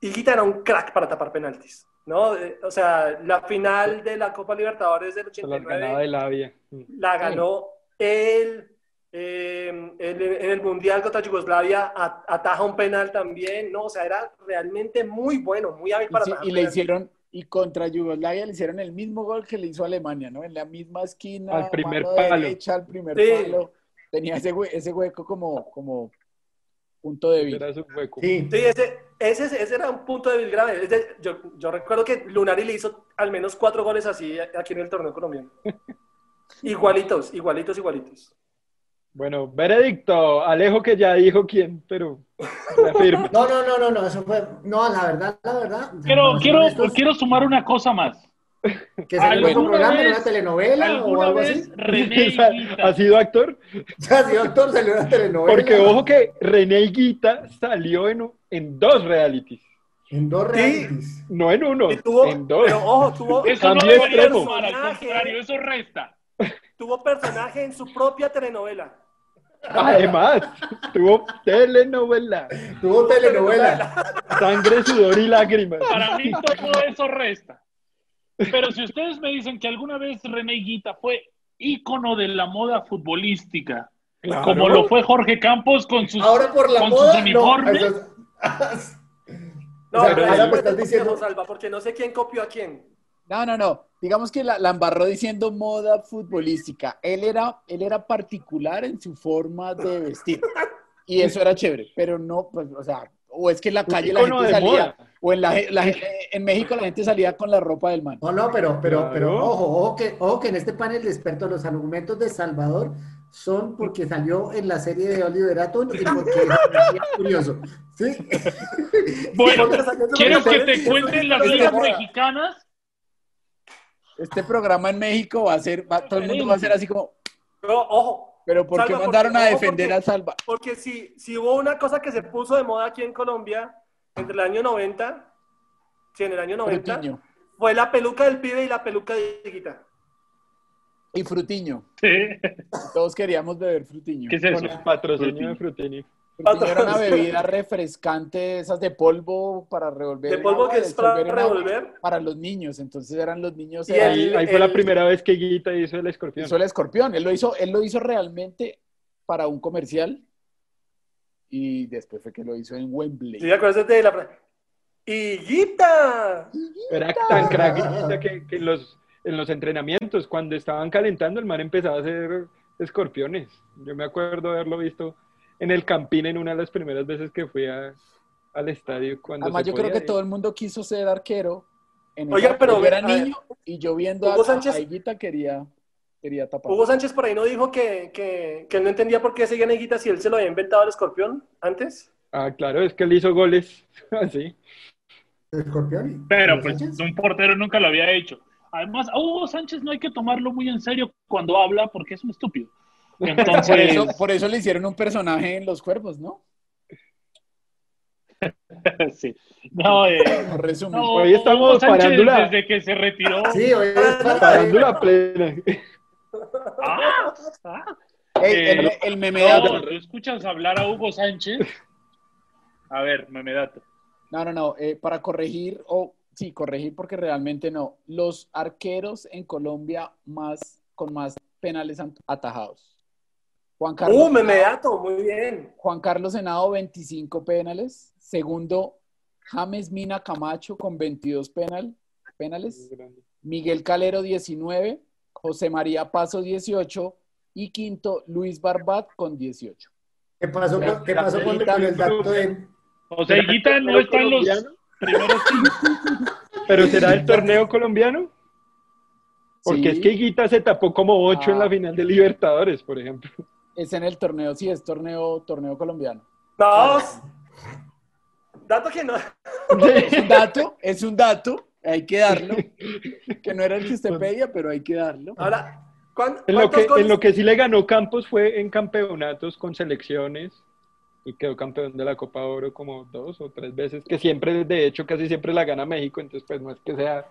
Speaker 3: Higuita era un crack para tapar penaltis, ¿no? Eh, O sea, la final de la Copa Libertadores del
Speaker 5: Se las ganaba
Speaker 3: 89
Speaker 5: de labia.
Speaker 3: la ganó él. eh, él en en el Mundial contra Yugoslavia a- ataja un penal también, ¿no? O sea, era realmente muy bueno, muy hábil para
Speaker 2: Y, sí,
Speaker 3: atajar
Speaker 2: y le
Speaker 3: penaltis.
Speaker 2: hicieron, y contra Yugoslavia le hicieron el mismo gol que le hizo Alemania, ¿no? En la misma esquina,
Speaker 5: Al primer
Speaker 2: mano
Speaker 5: palo.
Speaker 2: derecha, al primer
Speaker 3: Sí.
Speaker 2: palo. Tenía ese, hue- ese hueco como, como punto débil.
Speaker 5: Era su hueco.
Speaker 4: Sí,
Speaker 3: Sí, ese, ese, ese era un punto débil grave. Es de- yo, yo recuerdo que Lunari le hizo al menos cuatro goles así aquí en el torneo colombiano. igualitos, igualitos, igualitos.
Speaker 5: Bueno, veredicto. Alejo que ya dijo quién, pero reafirma.
Speaker 4: No, no, no, no, no, eso fue, no, la verdad, la verdad.
Speaker 1: Quiero,
Speaker 4: Para ser
Speaker 1: quiero,
Speaker 4: honestos,
Speaker 1: quiero sumar una cosa más.
Speaker 4: que salió en otro
Speaker 1: ¿Alguna
Speaker 4: programa, en
Speaker 1: vez-
Speaker 4: una telenovela o
Speaker 1: ¿Alguna
Speaker 4: algo
Speaker 1: vez
Speaker 4: así.
Speaker 1: René
Speaker 5: ¿Ha
Speaker 1: Higuita
Speaker 5: sido actor?
Speaker 4: Ya, si doctor salió en una telenovela.
Speaker 5: Porque ojo que René Higuita salió en, en dos realities.
Speaker 4: En dos realities.
Speaker 5: No en uno,
Speaker 3: Y tuvo,
Speaker 5: en dos.
Speaker 3: pero ojo, tuvo,
Speaker 1: Eso no
Speaker 5: Cambio
Speaker 1: debería
Speaker 5: extremo.
Speaker 4: ¿eh?
Speaker 1: sumar, al contrario, eso resta.
Speaker 3: tuvo personaje en su propia telenovela.
Speaker 5: Además, tuvo telenovela.
Speaker 4: Tuvo telenovela.
Speaker 5: Sangre, sudor y lágrimas.
Speaker 1: Para mí todo eso resta. Pero si ustedes me dicen que alguna vez René Guita fue ícono de la moda futbolística,
Speaker 5: Claro.
Speaker 1: como lo fue Jorge Campos con sus,
Speaker 4: Ahora por la
Speaker 1: con
Speaker 4: moda.
Speaker 1: sus uniformes.
Speaker 4: No, eso-
Speaker 3: No,
Speaker 4: O sea,
Speaker 3: pero
Speaker 5: ahora
Speaker 3: ahí
Speaker 5: me
Speaker 4: estás diciendo-
Speaker 3: nos salva, porque no sé quién copió a quién.
Speaker 2: No, no, no. Digamos que la, la embarró diciendo moda futbolística. Él era, él era particular en su forma de vestir. Y eso era chévere, pero no, pues, o sea, o es que en la calle la
Speaker 5: ícono
Speaker 2: gente
Speaker 5: de
Speaker 2: salía,
Speaker 5: moda.
Speaker 2: o en, la, ge- la ge- en México la gente salía con la ropa del man.
Speaker 4: No, no, pero, pero,
Speaker 5: Claro.
Speaker 4: pero ojo, ojo que, ojo que en este panel de expertos los argumentos de Salvador son porque salió en la serie de Oliver Atom y porque es curioso. Sí.
Speaker 1: Bueno,
Speaker 4: Porque salió en la
Speaker 1: ¿Quieres que
Speaker 4: serie
Speaker 1: te
Speaker 4: de
Speaker 1: cuenten las
Speaker 4: Oliver
Speaker 1: ligas
Speaker 4: Atom.
Speaker 1: mexicanas?
Speaker 2: Este programa en México va a ser, va- todo el mundo va a ser así como,
Speaker 3: Pero ojo,
Speaker 2: pero ¿por qué
Speaker 3: Salva,
Speaker 2: mandaron a
Speaker 3: porque- no,
Speaker 2: defender
Speaker 3: porque-
Speaker 2: a Salva?
Speaker 3: porque si, si hubo una cosa que se puso de moda aquí en Colombia entre el año 90, sí, en el año 90,
Speaker 2: Frutiño.
Speaker 3: fue la peluca del pibe y la peluca de Guita.
Speaker 2: Y Frutiño.
Speaker 1: Sí.
Speaker 2: Todos queríamos beber Frutiño.
Speaker 1: ¿Qué es
Speaker 5: Con el
Speaker 1: eso?
Speaker 5: patrocinio de Frutini.
Speaker 2: Frutiño era una bebida refrescante, esas de polvo para revolver.
Speaker 3: De
Speaker 2: en
Speaker 3: polvo
Speaker 2: agua,
Speaker 3: que
Speaker 2: de
Speaker 3: es para
Speaker 2: disolver en agua.
Speaker 3: revolver.
Speaker 2: para los niños, entonces eran los niños
Speaker 3: Y
Speaker 2: era-
Speaker 5: Ahí,
Speaker 3: el-
Speaker 5: ahí fue la
Speaker 3: el-
Speaker 5: primera vez que Guita hizo el escorpión.
Speaker 2: hizo el escorpión, él lo hizo, él lo hizo realmente para un comercial y después fue que lo hizo en Wembley.
Speaker 3: Sí, acuérdate de la frase. ¡Higuita!
Speaker 5: Era tan crack Guita que, que en, los, en los entrenamientos, cuando estaban calentando, el man empezaba a hacer escorpiones. Yo me acuerdo haberlo visto en el Campín en una de las primeras veces que fui a- al estadio. Cuando
Speaker 2: Además
Speaker 5: se
Speaker 2: yo creo
Speaker 5: podía
Speaker 2: que
Speaker 5: ir.
Speaker 2: todo el mundo quiso ser arquero. En
Speaker 3: Oiga,
Speaker 2: esa-
Speaker 3: pero
Speaker 2: yo era
Speaker 3: a ver,
Speaker 2: niño y yo viendo
Speaker 3: Hugo
Speaker 2: a,
Speaker 3: Sánchez-
Speaker 2: a Higuita quería, quería tapar.
Speaker 3: Hugo Sánchez por ahí no dijo que, que, que él no entendía por qué seguían a Higuita si él se lo había inventado al escorpión antes.
Speaker 5: Ah, claro, es que él hizo goles. Así.
Speaker 4: Escorpión.
Speaker 1: Pero pues un portero nunca lo había hecho. Además, a Hugo Sánchez no hay que tomarlo muy en serio cuando habla porque es un estúpido. Entonces,
Speaker 2: Por eso, por eso le hicieron un personaje en Los Cuervos, ¿no?
Speaker 1: sí. No, eh,
Speaker 2: Por resumir.
Speaker 1: no,
Speaker 5: Hoy estamos
Speaker 1: Hugo Sánchez
Speaker 5: farándula.
Speaker 1: Desde que se retiró.
Speaker 4: Sí, oye,
Speaker 5: Parándula plena.
Speaker 1: Ah, ah.
Speaker 2: Ey, el,
Speaker 1: eh,
Speaker 2: el meme dato.
Speaker 1: No, ¿tú escuchas hablar a Hugo Sánchez? A ver, Memedato.
Speaker 2: No, no, no. eh, para corregir, o sí, corregir porque realmente no. Los arqueros en Colombia más con más penales ant- atajados. Juan Carlos,
Speaker 3: ¡Uh, memedato! Muy bien.
Speaker 2: Juan Carlos Senado, 25 penales. Segundo, James Mina Camacho con 22 penal, penales. Miguel Calero, 19. José María Paso, 18. Y quinto, Luis Barbat con 18.
Speaker 4: ¿qué pasó, con- qué pasó con, con el dato de.
Speaker 1: O sea, Higuita no
Speaker 5: ¿Será el
Speaker 1: está en los
Speaker 5: colombiano?
Speaker 1: primeros cinco.
Speaker 5: ¿Pero será el torneo colombiano? Porque
Speaker 2: Sí,
Speaker 5: es que Higuita se tapó como 8 en
Speaker 2: Ah.
Speaker 5: la final de Libertadores, por ejemplo.
Speaker 2: es en el torneo, sí, es torneo, torneo colombiano.
Speaker 3: No. Dato que no.
Speaker 2: Es un dato, es un dato, hay que darlo. Que no era el que usted pedía, pero hay que darlo.
Speaker 3: Ahora, ¿cuán-
Speaker 5: En lo,
Speaker 3: ¿cuántos
Speaker 5: que,
Speaker 3: goles?
Speaker 5: en lo que sí le ganó Campos fue en campeonatos con selecciones y quedó campeón de la Copa Oro como dos o tres veces, que siempre, de hecho, casi siempre la gana México, entonces pues no es que sea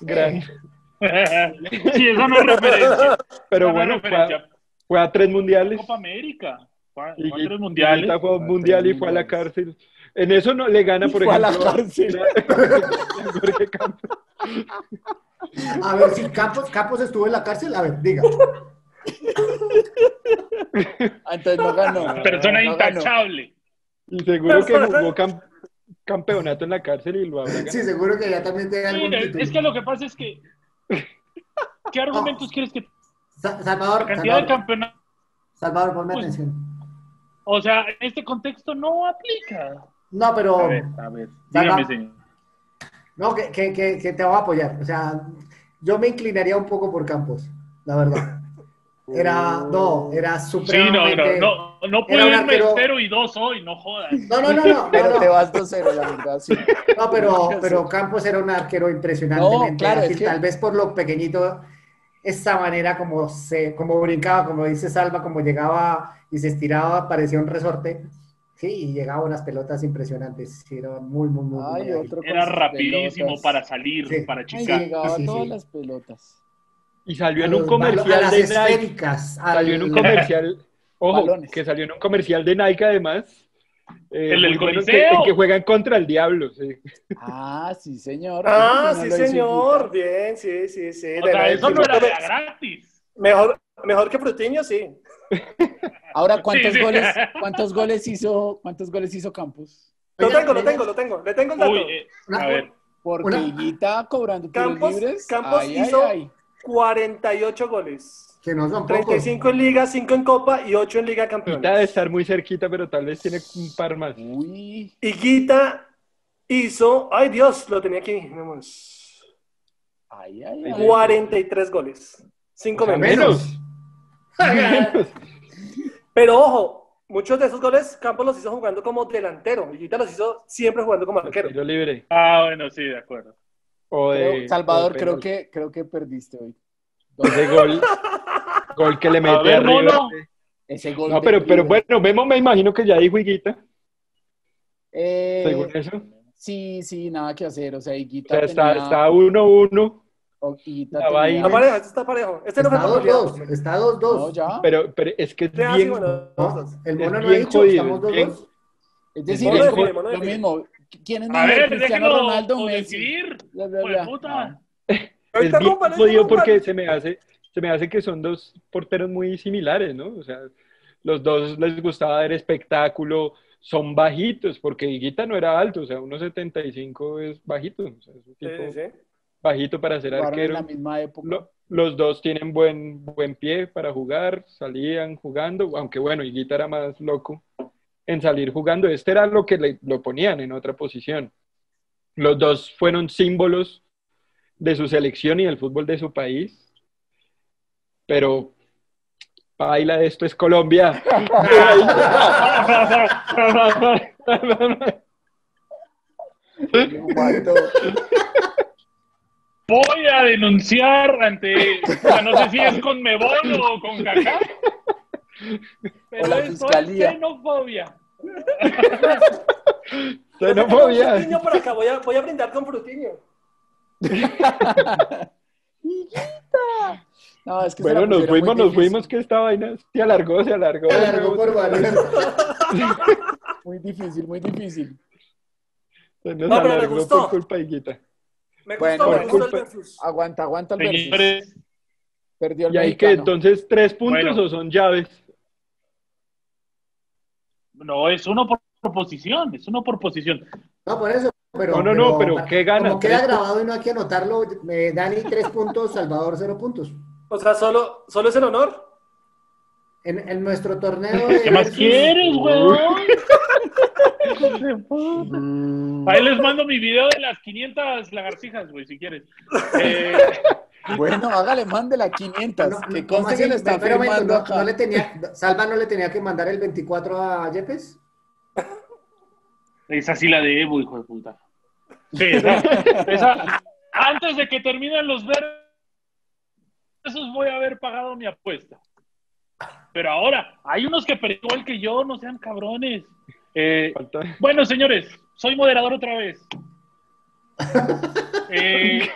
Speaker 5: gran.
Speaker 1: Sí, esa no es referencia.
Speaker 5: Pero
Speaker 1: Esa no es
Speaker 5: bueno, fue a,
Speaker 1: referencia.
Speaker 5: fue a tres mundiales.
Speaker 1: Copa América. Fue a- fue a
Speaker 5: Higuita-
Speaker 1: tres mundiales.
Speaker 5: Higuita fue a un
Speaker 2: Fue a
Speaker 5: mundial
Speaker 2: tres
Speaker 5: y fue a la
Speaker 2: mundiales.
Speaker 5: cárcel. En eso no le gana, Ah, por
Speaker 2: Fue a la
Speaker 5: ejemplo,
Speaker 2: cárcel.
Speaker 5: Jorge Campos.
Speaker 4: A ver, si Campos, Campos estuvo en la cárcel, a ver, diga.
Speaker 2: Ah, Entonces no ganó.
Speaker 1: Persona
Speaker 2: Ah, no ganó.
Speaker 1: intachable.
Speaker 5: Y seguro que jugó cam- campeonato en la cárcel y lo habrá ganado.
Speaker 4: Sí, seguro que ya también tiene algún
Speaker 1: Mira,
Speaker 4: título.
Speaker 1: es que lo que pasa es que. ¿Qué argumentos quieres que.?
Speaker 4: Sa- Salvador,
Speaker 1: La cantidad de
Speaker 4: Salvador,
Speaker 1: campeonatos.
Speaker 4: Salvador, ponme
Speaker 1: Uy.
Speaker 4: atención.
Speaker 1: O sea, en este contexto no aplica.
Speaker 4: No, pero.
Speaker 1: A ver, a ver.
Speaker 4: Salva-
Speaker 1: Dígame, señor.
Speaker 4: No, que, que, que, que te va a apoyar. O sea, yo me inclinaría un poco por Campos, la verdad. Era, no, era
Speaker 1: Sí, no, no,
Speaker 4: supremamente...
Speaker 1: no, no
Speaker 4: Era
Speaker 1: puedo
Speaker 4: un
Speaker 1: irme
Speaker 4: arquero-
Speaker 1: cero y dos hoy, no jodas.
Speaker 4: No, no, no, no, no,
Speaker 2: Pero
Speaker 4: no.
Speaker 2: te vas 2-0, la verdad, sí.
Speaker 4: No, pero, pero Campos era un arquero impresionantemente
Speaker 2: No, claro,
Speaker 4: ágil,
Speaker 2: es que-
Speaker 4: tal vez por lo pequeñito, esa manera como se, como brincaba, como dice Salva, como llegaba y se estiraba, parecía un resorte, sí, y llegaba unas pelotas impresionantes, sí, era muy, muy, muy, muy
Speaker 2: Ay,
Speaker 4: ágil.
Speaker 2: otro con
Speaker 1: Era
Speaker 2: sus
Speaker 1: rapidísimo
Speaker 2: pelotas.
Speaker 1: para salir,
Speaker 4: Sí.
Speaker 1: para
Speaker 2: Ay,
Speaker 1: chicar.
Speaker 2: llegaba
Speaker 4: Sí, sí,
Speaker 2: todas
Speaker 4: sí.
Speaker 2: las pelotas.
Speaker 5: Y salió
Speaker 4: A
Speaker 5: en un
Speaker 4: los balo- a
Speaker 5: comercial
Speaker 4: las
Speaker 5: de Nike.
Speaker 4: esféricas, al-
Speaker 5: Salió en un comercial, Ojo,
Speaker 2: Balones.
Speaker 5: que salió en un comercial de Nike además. eh,
Speaker 1: El del
Speaker 5: muy bueno, que-
Speaker 1: Coliseo.
Speaker 5: en que juegan contra el diablo. sí.
Speaker 2: Ah, sí, señor.
Speaker 3: Ah,
Speaker 2: Eso no
Speaker 3: sí,
Speaker 2: lo hizo
Speaker 3: señor. Bien, sí, sí, sí.
Speaker 1: O
Speaker 3: De
Speaker 1: sea,
Speaker 3: verdad,
Speaker 1: eso no
Speaker 3: Frutinho
Speaker 1: era
Speaker 3: me-
Speaker 1: gratis.
Speaker 3: mejor, mejor que Frutiño, sí.
Speaker 2: Inca. Ahora, ¿cuántos,
Speaker 1: Sí, sí.
Speaker 2: Goles, ¿cuántos goles hizo cuántos goles hizo Campos?
Speaker 3: Lo
Speaker 4: Oiga,
Speaker 3: tengo, lo
Speaker 4: Jiménez,
Speaker 3: tengo, lo tengo. Le tengo el dato.
Speaker 1: Uy, eh, a
Speaker 4: una-
Speaker 1: ver.
Speaker 2: Porque
Speaker 4: Una-
Speaker 2: Higuita cobrando tiros
Speaker 3: Campos-
Speaker 2: libres.
Speaker 3: Campos
Speaker 2: ay,
Speaker 3: hizo-
Speaker 2: ay, ay.
Speaker 3: 48 goles.
Speaker 4: que no son pocos.
Speaker 3: 35 en Liga, 5 en Copa y 8 en Liga de
Speaker 5: Quita de
Speaker 3: Campeones.
Speaker 5: estar muy cerquita, pero tal vez tiene un par más.
Speaker 2: Uy,
Speaker 3: Higuita hizo, ay Dios, lo tenía aquí, vamos.
Speaker 2: ay, ay, ay.
Speaker 3: 43 goles. 5
Speaker 5: O sea,
Speaker 3: menos.
Speaker 5: menos.
Speaker 3: Pero ojo, muchos de esos goles Campos los hizo jugando como delantero. Higuita los hizo siempre jugando como arquero.
Speaker 5: Tiro libre.
Speaker 1: Ah, bueno, sí, de acuerdo.
Speaker 5: O de-
Speaker 2: Creo- Salvador,
Speaker 5: o de
Speaker 2: creo
Speaker 5: penal.
Speaker 2: que, creo que perdiste hoy.
Speaker 5: Ese gol, gol que le mete
Speaker 1: ver,
Speaker 5: arriba.
Speaker 1: mono.
Speaker 2: Ese gol.
Speaker 5: No,
Speaker 2: de
Speaker 5: pero, pero
Speaker 2: River.
Speaker 5: bueno, Memo me imagino que ya dijo Higuita,
Speaker 2: Eh,
Speaker 5: según eso.
Speaker 2: Sí, sí, nada que hacer. O sea,
Speaker 5: O
Speaker 2: Higuita
Speaker 5: sea, está,
Speaker 2: tenía-
Speaker 5: está 1-1,
Speaker 2: o- Higuita
Speaker 5: estaba ahí.
Speaker 3: Está
Speaker 2: tenía-
Speaker 3: parejo, este está parejo. Este no fue
Speaker 4: Está
Speaker 3: tan goleado.
Speaker 4: 2-2, está 2-2.
Speaker 2: No, ya.
Speaker 5: pero, pero es que es
Speaker 3: Este ha
Speaker 5: bien-
Speaker 3: sido, bueno, dos,
Speaker 4: No,
Speaker 3: dos.
Speaker 4: el
Speaker 5: Es
Speaker 4: mono no ha
Speaker 5: bien
Speaker 4: dicho,
Speaker 5: jodido,
Speaker 4: estamos
Speaker 5: es bien-
Speaker 4: 2-2.
Speaker 2: Es decir,
Speaker 5: Mono
Speaker 2: es
Speaker 5: de
Speaker 2: como
Speaker 3: Fede, mono de
Speaker 2: lo
Speaker 3: Fede.
Speaker 2: mismo. ¿Quién es
Speaker 1: A
Speaker 2: mejor,
Speaker 1: ver,
Speaker 2: Cristiano
Speaker 1: déjenlo
Speaker 2: Ronaldo o
Speaker 1: o
Speaker 2: Messi?
Speaker 1: decidir.
Speaker 2: Bla, bla,
Speaker 1: Pues
Speaker 2: bla.
Speaker 1: puta.
Speaker 5: es
Speaker 3: Ahorita
Speaker 5: bien
Speaker 3: rompan, ahorita
Speaker 5: jodido
Speaker 3: rompan.
Speaker 5: porque se me hace se me hace que son dos porteros muy similares, ¿no? O sea, los dos les gustaba dar espectáculo, son bajitos, porque Higuita no era alto, o sea, 1.75 es bajito, o sea, es un tipo
Speaker 3: Sí, sí, sí.
Speaker 5: bajito para ser
Speaker 2: Jugaron en
Speaker 5: arquero.
Speaker 2: la misma época.
Speaker 5: Lo- los dos tienen buen, buen pie para jugar, salían jugando, aunque bueno, Higuita era más loco en salir jugando. Este era lo que le, lo ponían en otra posición. Los dos fueron símbolos de su selección y del fútbol de su país. Pero baila esto es Colombia.
Speaker 2: Guaito.
Speaker 1: Voy a denunciar ante, o sea, no sé si es con Mebol o con Cacá. Pero
Speaker 2: O la
Speaker 1: esto
Speaker 2: fiscalía.
Speaker 1: es xenofobia.
Speaker 3: Yo tengo un
Speaker 5: Xenofobia.
Speaker 3: Frutiño por acá, voy a, voy a brindar con Frutiño.
Speaker 2: Higuita. No, es que se la
Speaker 5: Bueno, nos
Speaker 2: pusieron muy
Speaker 5: fuimos, nos
Speaker 2: difícil,
Speaker 5: fuimos que esta vaina se alargó, se alargó.
Speaker 4: Se alargó por varios.
Speaker 2: Muy difícil, muy difícil.
Speaker 5: Se nos
Speaker 3: No, pero le
Speaker 5: alargó
Speaker 3: gustó.
Speaker 5: por culpa de Higuita.
Speaker 3: Me
Speaker 2: Bueno,
Speaker 3: gustó,
Speaker 5: por
Speaker 3: me gustó el
Speaker 5: culpa-
Speaker 3: versus.
Speaker 2: Aguanta, aguanta el versus.
Speaker 1: Señores,
Speaker 2: Perdió el
Speaker 5: Y ahí que
Speaker 2: mexicano.
Speaker 5: entonces tres puntos
Speaker 1: Bueno.
Speaker 5: o son llaves.
Speaker 1: no es uno por por posición, es uno por posición.
Speaker 4: No, por eso. Pero,
Speaker 5: No, no, no, pero ¿qué gana?
Speaker 4: Como queda
Speaker 5: Tres
Speaker 4: grabado y no hay que anotarlo, eh, Dani, tres puntos, Salvador, cero puntos.
Speaker 3: O sea, solo, solo es el honor.
Speaker 4: En, en nuestro torneo. de
Speaker 1: ¿Qué más
Speaker 4: versus-
Speaker 1: quieres, weón? Hijos de puta. Ahí les mando mi video de las 500 lagartijas, güey, si quieres. Eh,
Speaker 2: Bueno, hágale, mande la
Speaker 4: No,
Speaker 2: 500.
Speaker 4: no,
Speaker 2: que
Speaker 4: ¿cómo
Speaker 2: conste que
Speaker 4: así?
Speaker 2: lo está
Speaker 4: Pero, bueno,
Speaker 2: firmando
Speaker 4: no,
Speaker 2: acá.
Speaker 4: no le tenía, Salva no le tenía que mandar el 24 a Yepes.
Speaker 1: Esa sí la debo, hijo de puta. Sí, esa, esa- antes de que terminen los versos, voy a haber pagado mi apuesta. Pero ahora, hay unos que perdí igual que yo, no sean cabrones. Eh,
Speaker 5: Falta-
Speaker 1: bueno, señores, soy moderador otra vez. Eh,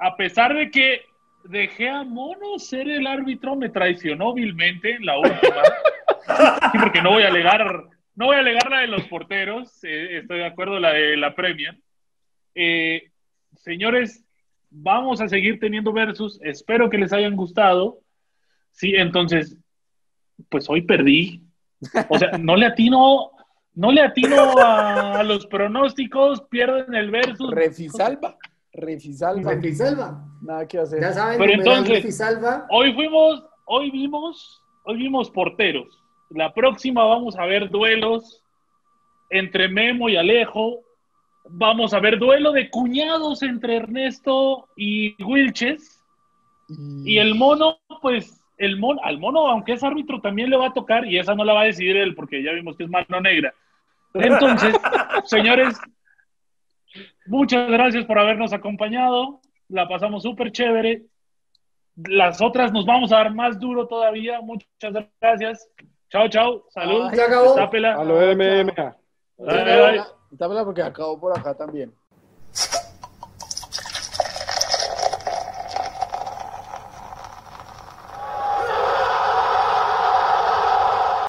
Speaker 1: a pesar de que dejé a Mono ser el árbitro, me traicionó vilmente en la última. Sí, porque no voy a alegar, no voy a alegar la de los porteros, eh, estoy de acuerdo, la de la Premier. Eh, señores, vamos a seguir teniendo versus, espero que les hayan gustado. Sí, entonces, pues hoy perdí. O sea, no le atino, no le atino a, a los pronósticos, pierden el versus.
Speaker 2: Refisalva. Refisalva.
Speaker 4: Salva.
Speaker 2: Nada que hacer.
Speaker 4: Ya saben,
Speaker 1: Pero
Speaker 4: numeral
Speaker 1: entonces-
Speaker 4: Fisalva.
Speaker 1: Hoy fuimos, hoy vimos, hoy vimos porteros. La próxima vamos a ver duelos entre Memo y Alejo. Vamos a ver duelo de cuñados entre Ernesto y Wilches. Y el mono, pues, el mono, al mono, aunque es árbitro, también le va a tocar y esa no la va a decidir él porque ya vimos que es mano negra. Entonces, señores, muchas gracias por habernos acompañado. La pasamos súper chévere. Las otras nos vamos a dar más duro todavía. Muchas gracias. Chao, chao. Salud.
Speaker 4: Se acabó.
Speaker 1: Destápela.
Speaker 5: A lo MMA.
Speaker 1: Ay, ay.
Speaker 2: Dámela porque acabo por acá también.